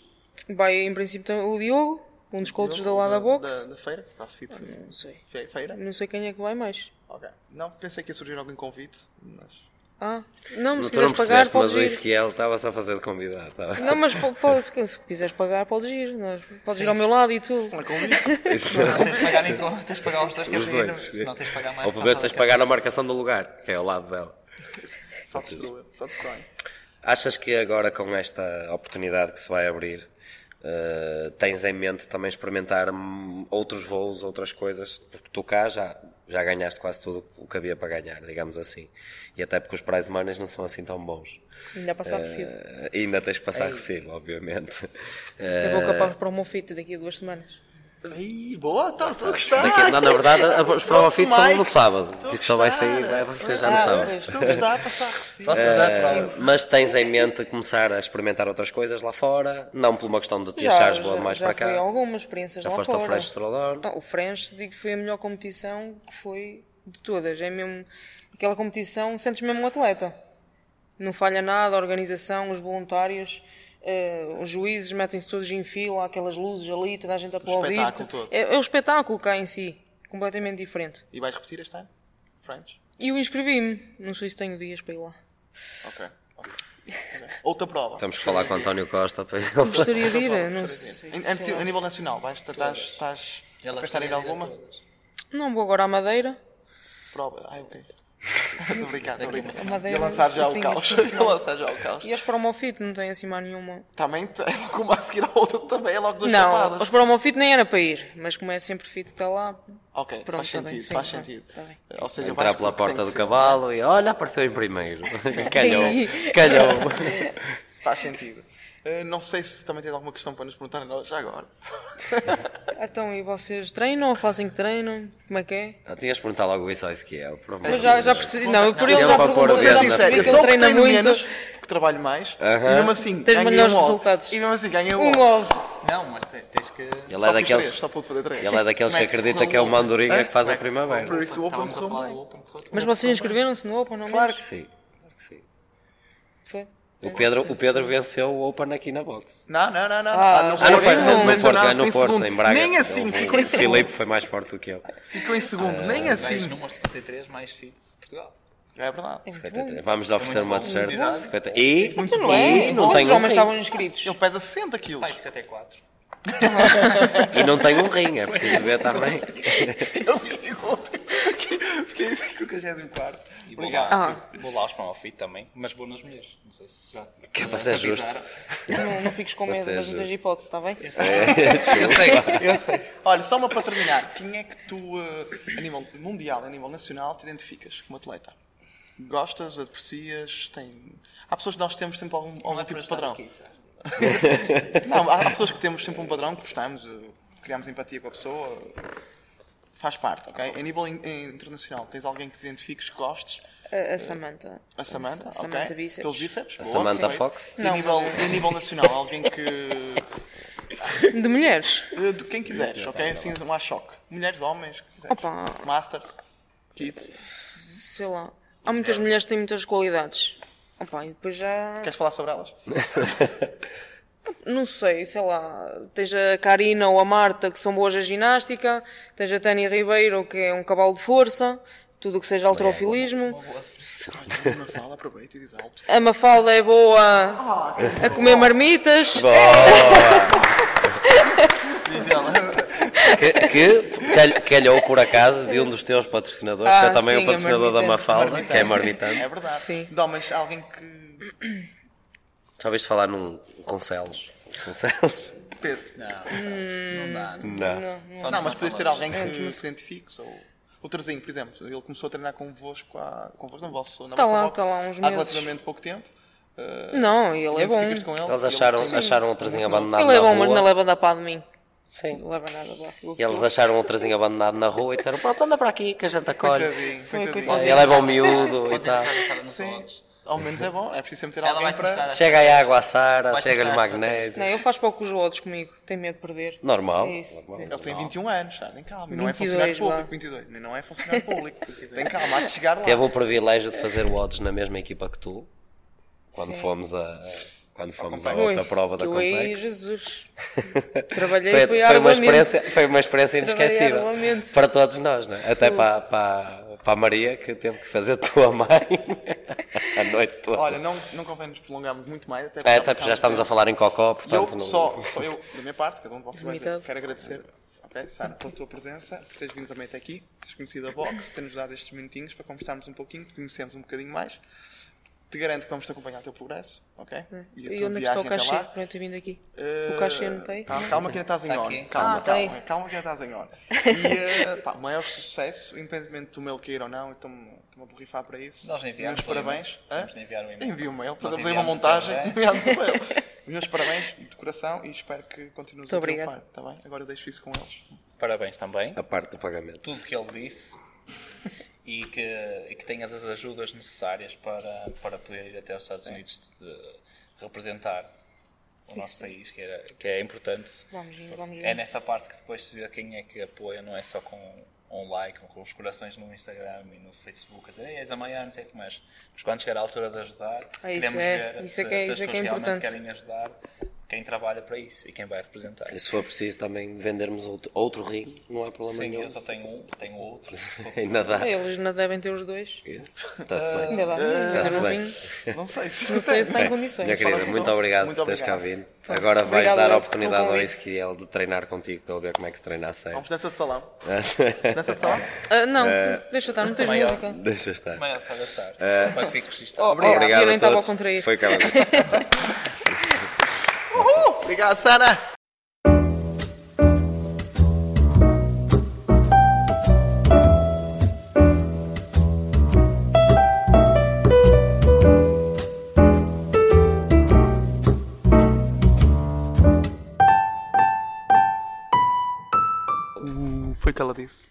Speaker 4: Vai, em princípio, tam- o Diogo. Um dos coaches da Lada Box.
Speaker 1: Da, da feira? CrossFit.
Speaker 4: Não sei.
Speaker 1: Fe- Feira?
Speaker 4: Não sei quem é que vai mais.
Speaker 1: Ok. Não, pensei que ia surgir algum convite, mas.
Speaker 4: Ah, não, mas
Speaker 2: Não,
Speaker 4: se
Speaker 2: tu não
Speaker 4: quiseres pagar,
Speaker 2: percebeste, mas
Speaker 4: podes
Speaker 2: o
Speaker 4: ir.
Speaker 2: Ezequiel estava só a fazer de convidado. estava-
Speaker 4: Não, mas po- po- se, se quiseres pagar, podes ir. nós- Podes ir ao meu lado e tudo.
Speaker 1: Não é convite?
Speaker 2: Isso
Speaker 5: Mas tens de pagar, em, com- tens de pagar os dois, que
Speaker 2: Os
Speaker 5: é dinheiro,
Speaker 2: dois.
Speaker 5: senão tens de pagar mais.
Speaker 2: Ou pelo menos tens de pagar na marcação do lugar, que é ao lado dela.
Speaker 1: só te estou, só te correm.
Speaker 2: Achas que agora com esta oportunidade que se vai abrir, eh, tens em mente também experimentar hum, outros voos, outras coisas? Porque tu cá já, já ganhaste quase tudo o que havia para ganhar, digamos assim. E até porque os prize moneys não são assim tão bons.
Speaker 4: Ainda passar recibo.
Speaker 2: Eh, ainda tens de passar recibo, obviamente.
Speaker 4: Isto eu vou
Speaker 2: eh,
Speaker 4: capaz é para o meu fit daqui a duas semanas.
Speaker 1: Ih, boa, tá, estou a gostar.
Speaker 2: Daqui- não, na verdade, a- os prova fit são
Speaker 1: Mike,
Speaker 2: no sábado.
Speaker 1: estou a
Speaker 2: Isto só vai
Speaker 1: gostar.
Speaker 2: sair, vai ser já no
Speaker 4: Ah,
Speaker 2: sábado.
Speaker 4: pois.
Speaker 1: Estou a gostar, a É. passar recibo.
Speaker 5: pagar.
Speaker 2: Ah, Mas tens em mente começar a experimentar outras coisas lá fora? Não por uma questão de te achares boa mais
Speaker 4: já
Speaker 2: para cá.
Speaker 4: foi algumas experiências
Speaker 2: Já
Speaker 4: lá
Speaker 2: foste
Speaker 4: fora.
Speaker 2: ao Fresh Trollador.
Speaker 4: Então, o French, digo que foi a melhor competição que foi de todas. É mesmo aquela competição, sentes mesmo um atleta. Não falha nada, a organização, os voluntários, eh, os juízes metem-se todos em fila, há aquelas luzes ali, toda a gente aplaudir.
Speaker 1: espetáculo todo.
Speaker 4: É, é o espetáculo cá em si, completamente diferente.
Speaker 1: E vais repetir este ano? French?
Speaker 4: E eu inscrevi-me, não sei se tenho dias para ir lá.
Speaker 1: Ok. ok. Ok. Outra prova.
Speaker 2: Temos que falar com o António Costa para ele.
Speaker 4: Gostaria de ir, eh, não
Speaker 1: Sim.
Speaker 4: sei.
Speaker 1: Em- em- A nível nacional, vais, estás, estás a pensar em alguma?
Speaker 4: Não vou agora à Madeira.
Speaker 1: Prova. Ai, ok. Estou a brincar, estou a brincar.
Speaker 4: Madeira,
Speaker 1: Ia lançar já o
Speaker 4: sim,
Speaker 1: caos.
Speaker 4: sim, sim.
Speaker 1: Ia lançar já o caos.
Speaker 4: E as para o Mofit não tem acima nenhuma.
Speaker 1: Também t- é logo uma a seguir à outra, também é logo duas
Speaker 4: Não, os
Speaker 1: chapadas.
Speaker 4: para o Mofit nem era para ir, mas como é sempre fit que está lá,
Speaker 1: Ok,
Speaker 4: Pronto,
Speaker 1: faz
Speaker 4: tá
Speaker 1: sentido,
Speaker 4: bem, sim,
Speaker 1: faz
Speaker 4: tá,
Speaker 1: sentido.
Speaker 4: tá bem.
Speaker 1: Ou seja,
Speaker 2: Entrar
Speaker 1: vais
Speaker 2: pela
Speaker 1: porque tem
Speaker 2: porta
Speaker 1: que
Speaker 2: do
Speaker 1: ser.
Speaker 2: cavalo e olha, apareceu em primeiro. calhou,
Speaker 4: Sim.
Speaker 2: calhou.
Speaker 1: Faz sentido. Eh, não sei se também tens alguma questão para nos perguntar a nós já agora.
Speaker 4: Então, e vocês treinam ou fazem que treinam? Como é que é?
Speaker 2: Não, tinhas de perguntar logo isso ao Ezequiel. por amor
Speaker 4: Eu
Speaker 1: assim,
Speaker 2: de
Speaker 4: já,
Speaker 2: Deus.
Speaker 4: já percebi. Não, eu por ele
Speaker 2: Sempre
Speaker 4: já
Speaker 2: a pôr o
Speaker 4: perguntei,
Speaker 2: dedo
Speaker 4: eu já
Speaker 2: na
Speaker 4: percebi
Speaker 2: frente.
Speaker 4: que
Speaker 1: eu só
Speaker 4: ele
Speaker 1: que
Speaker 4: treina
Speaker 1: treino
Speaker 4: muito.
Speaker 1: menos, porque trabalho mais, e mesmo assim
Speaker 4: Tens
Speaker 1: ganhei
Speaker 4: melhores
Speaker 1: um odd.
Speaker 4: resultados.
Speaker 1: E mesmo assim ganhei um
Speaker 4: Um
Speaker 1: odd.
Speaker 4: ovo.
Speaker 5: Não, mas te- tens que.
Speaker 2: Ele
Speaker 1: Só
Speaker 2: é
Speaker 1: fiz
Speaker 2: daqueles,
Speaker 1: três, Só pude fazer três.
Speaker 2: ele é daqueles que acredita que é o Mandorinha que faz a
Speaker 1: Por
Speaker 2: primavera.
Speaker 1: isso o Open
Speaker 5: Estávamos a
Speaker 1: correu
Speaker 5: falar
Speaker 1: bem.
Speaker 5: do Open. correu tudo
Speaker 4: Mas
Speaker 5: bem.
Speaker 4: vocês inscreveram-se no Open, não
Speaker 2: Claro que sim. Claro que sim.
Speaker 4: Foi.
Speaker 2: O Pedro, o Pedro venceu o Open aqui na box.
Speaker 1: Não, não, não, não.
Speaker 4: Ah,
Speaker 1: pá,
Speaker 2: Ah, não foi?
Speaker 1: Não,
Speaker 2: No
Speaker 1: não,
Speaker 2: Porto,
Speaker 1: não,
Speaker 2: ah, no Porto, em Braga.
Speaker 1: Nem assim,
Speaker 2: O
Speaker 1: ficou em segundo.
Speaker 2: Filipe foi mais forte do que eu.
Speaker 1: Ficou em segundo, nem
Speaker 5: Vais
Speaker 1: assim.
Speaker 5: número 53 mais fit de Portugal.
Speaker 1: É verdade.
Speaker 2: Vamos lhe oferecer uma t-shirt. de
Speaker 5: Muito bom.
Speaker 2: 50. E,
Speaker 4: Então não é?
Speaker 2: e não
Speaker 4: Quantos
Speaker 2: tem um
Speaker 4: homens estavam
Speaker 2: rim.
Speaker 4: inscritos?
Speaker 1: Ele pesa 60 quilos.
Speaker 5: Pai, 54.
Speaker 2: E não tem um rim, é preciso ver também.
Speaker 1: Eu fiquei com outro. Fiquei em 54.
Speaker 5: E vou
Speaker 1: Obrigado.
Speaker 5: lá, vou lá aos para o fit também, mas vou nas mulheres. Não sei se já.
Speaker 2: Que é para ser justo.
Speaker 4: Não, não fiques com medo
Speaker 2: Vocês-
Speaker 4: das muitas hipóteses, está bem?
Speaker 5: Eu sei, Tipo eu sei.
Speaker 1: Olha, só uma para terminar. Quem é que tu, eh, a nível mundial, a nível nacional, te identificas como atleta? Gostas, aprecias, tem... Há pessoas que nós temos sempre algum,
Speaker 5: é
Speaker 1: algum tipo de padrão. Não, há pessoas que temos sempre um padrão que gostamos, eh, criamos empatia com a pessoa. eh, Faz parte, ok? A nível in- in- internacional, tens alguém que te identifiques, que gostes?
Speaker 4: A, a Samantha.
Speaker 1: A Samantha,
Speaker 4: A Samantha
Speaker 1: ok?
Speaker 4: Bíceps.
Speaker 1: Pelos bíceps?
Speaker 2: A
Speaker 1: boa,
Speaker 2: Samantha
Speaker 1: perfeito.
Speaker 2: Fox?
Speaker 1: E a
Speaker 4: Não.
Speaker 1: nível, e a nível nacional, alguém que...
Speaker 4: De mulheres.
Speaker 1: eh, De quem quiseres, ok? Assim, um há choque. Mulheres, homens, o que quiseres.
Speaker 4: Opa.
Speaker 1: Masters, kids.
Speaker 4: Sei lá. Há muitas mulheres que têm muitas qualidades. Opa, e depois já.
Speaker 1: Queres falar sobre elas?
Speaker 4: Não sei, sei lá. Tens a Karina ou a Marta que são boas a ginástica. Tens a Tânia Ribeiro que é um cavalo de força. Tudo o que seja alterofilismo.
Speaker 1: Olha, não fala, aproveita e diz alto.
Speaker 4: A Mafalda é boa a comer marmitas.
Speaker 1: Diz ela.
Speaker 2: Que, que cal- calhou por acaso de um dos teus patrocinadores,
Speaker 4: Ah,
Speaker 2: que é também
Speaker 4: sim,
Speaker 2: o
Speaker 4: a
Speaker 2: patrocinador da
Speaker 4: Marmitante.
Speaker 2: Mafalda, que é
Speaker 1: É
Speaker 2: marmitante.
Speaker 1: verdade.
Speaker 4: Sim.
Speaker 1: De homens, alguém que.
Speaker 2: Já ouviste falar num Concelos? Concelos?
Speaker 1: Pedro.
Speaker 5: Não, não dá. Não.
Speaker 2: Hum, Não.
Speaker 5: Só
Speaker 1: Não,
Speaker 5: nós
Speaker 1: mas podias ter
Speaker 5: falamos.
Speaker 1: alguém
Speaker 4: É,
Speaker 1: que se identifiques ou. O Terzinho, por exemplo, ele começou a treinar convosco há. convosco não, vosso, na
Speaker 4: Tá
Speaker 1: vossa
Speaker 4: lá,
Speaker 1: box,
Speaker 4: tá lá uns meses.
Speaker 1: há relativamente pouco tempo.
Speaker 4: Não, ele é bom.
Speaker 1: Identificas-te com ele.
Speaker 2: Eles
Speaker 1: ele-
Speaker 2: acharam,
Speaker 1: Sim.
Speaker 2: acharam o trazinho abandonado
Speaker 4: Ele é
Speaker 2: um na
Speaker 4: bom,
Speaker 2: rua.
Speaker 4: mas não leva nada para de mim.
Speaker 2: Sim.
Speaker 4: Não leva nada lá.
Speaker 2: E eles acharam o trazinho abandonado na rua e disseram: Pronto, anda para aqui que a gente
Speaker 1: um
Speaker 2: acolhe.
Speaker 1: Coitadinho,
Speaker 4: coitadinho.
Speaker 1: coitadinho.
Speaker 2: Ele é bom miúdo e
Speaker 5: Pode
Speaker 2: tal.
Speaker 5: entrar a Sara nos
Speaker 2: é
Speaker 1: Sim,
Speaker 5: odds.
Speaker 1: ao menos é bom. É preciso sempre ter
Speaker 5: Ela
Speaker 1: alguém
Speaker 5: vai começar
Speaker 1: para.
Speaker 5: a-
Speaker 2: Chega aí água à Sara,
Speaker 5: Vai
Speaker 2: chega-lhe
Speaker 5: começar a ser
Speaker 2: magnésio.
Speaker 4: Não, ele faz pouco os outros comigo. Tem medo de perder.
Speaker 2: Normal.
Speaker 4: É isso.
Speaker 2: normal.
Speaker 1: Ele tem 21 anos, sabe? Tem calma. E não é
Speaker 4: 22,
Speaker 1: funcionário
Speaker 4: vá.
Speaker 1: público, 22. E não é funcionário público. Tem calma, há de chegar lá.
Speaker 2: Teve um- o privilégio de fazer o odds na mesma equipa que tu, quando fomos a. Quando fomos à
Speaker 1: Compact.
Speaker 2: outra prova da
Speaker 4: que eu aí,
Speaker 2: Complex.
Speaker 4: Jesus. Trabalhei
Speaker 2: Foi,
Speaker 4: fui
Speaker 2: foi uma
Speaker 4: arduamente.
Speaker 2: experiência, foi uma experiência
Speaker 4: Trabalhei
Speaker 2: inesquecível
Speaker 4: arduamente.
Speaker 2: para todos nós, não é? até para, para, para a Maria que teve que fazer de tua mãe a noite toda.
Speaker 1: Olha, não, não convém nos prolongarmos muito mais, até porque
Speaker 2: é,
Speaker 1: já
Speaker 2: até porque
Speaker 1: passámos
Speaker 2: já estamos
Speaker 1: tempo.
Speaker 2: a falar em Cocó,
Speaker 1: E eu,
Speaker 2: portanto não.
Speaker 1: só, só eu, da minha parte, cada um de vocês vai dizer,
Speaker 4: Limitado.
Speaker 1: quero agradecer, ok, Sara, pela tua presença, por teres vindo também até aqui, teres conhecido a Box, teres-nos dado estes minutinhos para conversarmos um pouquinho, te conhecermos um bocadinho mais. Te garanto que vamos te acompanhar o teu progressо, ok?
Speaker 4: E, onde é que está o cachê? Pronto, eu vim daqui. o cachê não tem?
Speaker 1: Eh, Calma, calma que ainda estás em
Speaker 5: Tá
Speaker 1: on.
Speaker 5: aqui.
Speaker 1: Calma,
Speaker 4: Ah, tá aí.
Speaker 1: calma, calma que ainda estás em on. E eh, pá, o maior sucesso, independentemente do mail cair ou não, eu estou-me estou-me a borrifar para isso.
Speaker 5: Nós enviamos
Speaker 1: Meus
Speaker 5: um e-mail.
Speaker 1: parabéns. Hã?
Speaker 5: Vamos enviar um e-mail.
Speaker 1: Envia um mail,
Speaker 5: Nós
Speaker 1: fazemos aí uma
Speaker 5: enviamos
Speaker 1: montagem
Speaker 4: é
Speaker 5: um
Speaker 1: e enviamos um mail. Meus parabéns de coração e espero que continues
Speaker 4: Muito
Speaker 1: a triunfar.
Speaker 4: obrigada.
Speaker 1: Tá bem? Agora eu deixo isso com eles.
Speaker 5: Parabéns também.
Speaker 2: A parte do pagamento.
Speaker 5: Tudo o que ele disse e que, e que tenhas as ajudas necessárias para, para poder ir até aos Estados Unidos de- representar o nosso país, que, era, que é importante.
Speaker 4: Vamos ver, vamos ver.
Speaker 5: É nessa parte que depois se vê quem é que apoia, não é só com um like ou com os corações no Instagram e no Facebook a dizer "Ei, és a maior, não sei o que mais. Mas quando chegar a altura de ajudar,
Speaker 4: Ah, isso
Speaker 5: queremos
Speaker 4: é- isso
Speaker 5: ver
Speaker 4: é
Speaker 5: se,
Speaker 4: que é-
Speaker 5: se as
Speaker 4: isso é
Speaker 5: pessoas
Speaker 4: que é
Speaker 5: realmente
Speaker 4: importante.
Speaker 5: querem ajudar quem trabalha para isso e quem vai representar.
Speaker 2: E se for preciso também vendermos outro, outro rim, não há
Speaker 4: é
Speaker 2: problema
Speaker 5: Sim,
Speaker 2: nenhum.
Speaker 5: eu só tenho um, tenho outro.
Speaker 2: Ainda dá.
Speaker 4: Ah, Eles ainda devem ter os dois.
Speaker 2: Está-se bem.
Speaker 4: Ainda dá. Ainda
Speaker 2: Está-se
Speaker 4: não
Speaker 2: É. Ah, bem.
Speaker 4: vim.
Speaker 1: Não sei se.
Speaker 4: Não sei se está em
Speaker 2: Minha
Speaker 4: condições.
Speaker 2: querida,
Speaker 1: Fala,
Speaker 2: muito
Speaker 1: Tom.
Speaker 2: obrigado
Speaker 1: Muito
Speaker 2: por teres cá
Speaker 1: obrigado.
Speaker 2: vindo. Agora vais
Speaker 4: Obrigada
Speaker 2: dar a
Speaker 4: pelo
Speaker 2: oportunidade ao
Speaker 4: convite.
Speaker 2: Ezequiel de treinar contigo para ele ver como é que se treina a sério.
Speaker 1: Vamos nessa salão. Nessa salão?
Speaker 4: Ah, não, deixa estar, não tens
Speaker 5: Maior.
Speaker 4: música.
Speaker 2: Deixa estar.
Speaker 5: Maior para dançar. Para que fique registado.
Speaker 4: Oh,
Speaker 2: Obrigado.
Speaker 4: obrigado. Eu nem
Speaker 2: a
Speaker 4: estava a
Speaker 2: todos.
Speaker 4: contrair.
Speaker 2: Foi calma.
Speaker 1: Obrigado, Sara! Foi o que ela disse.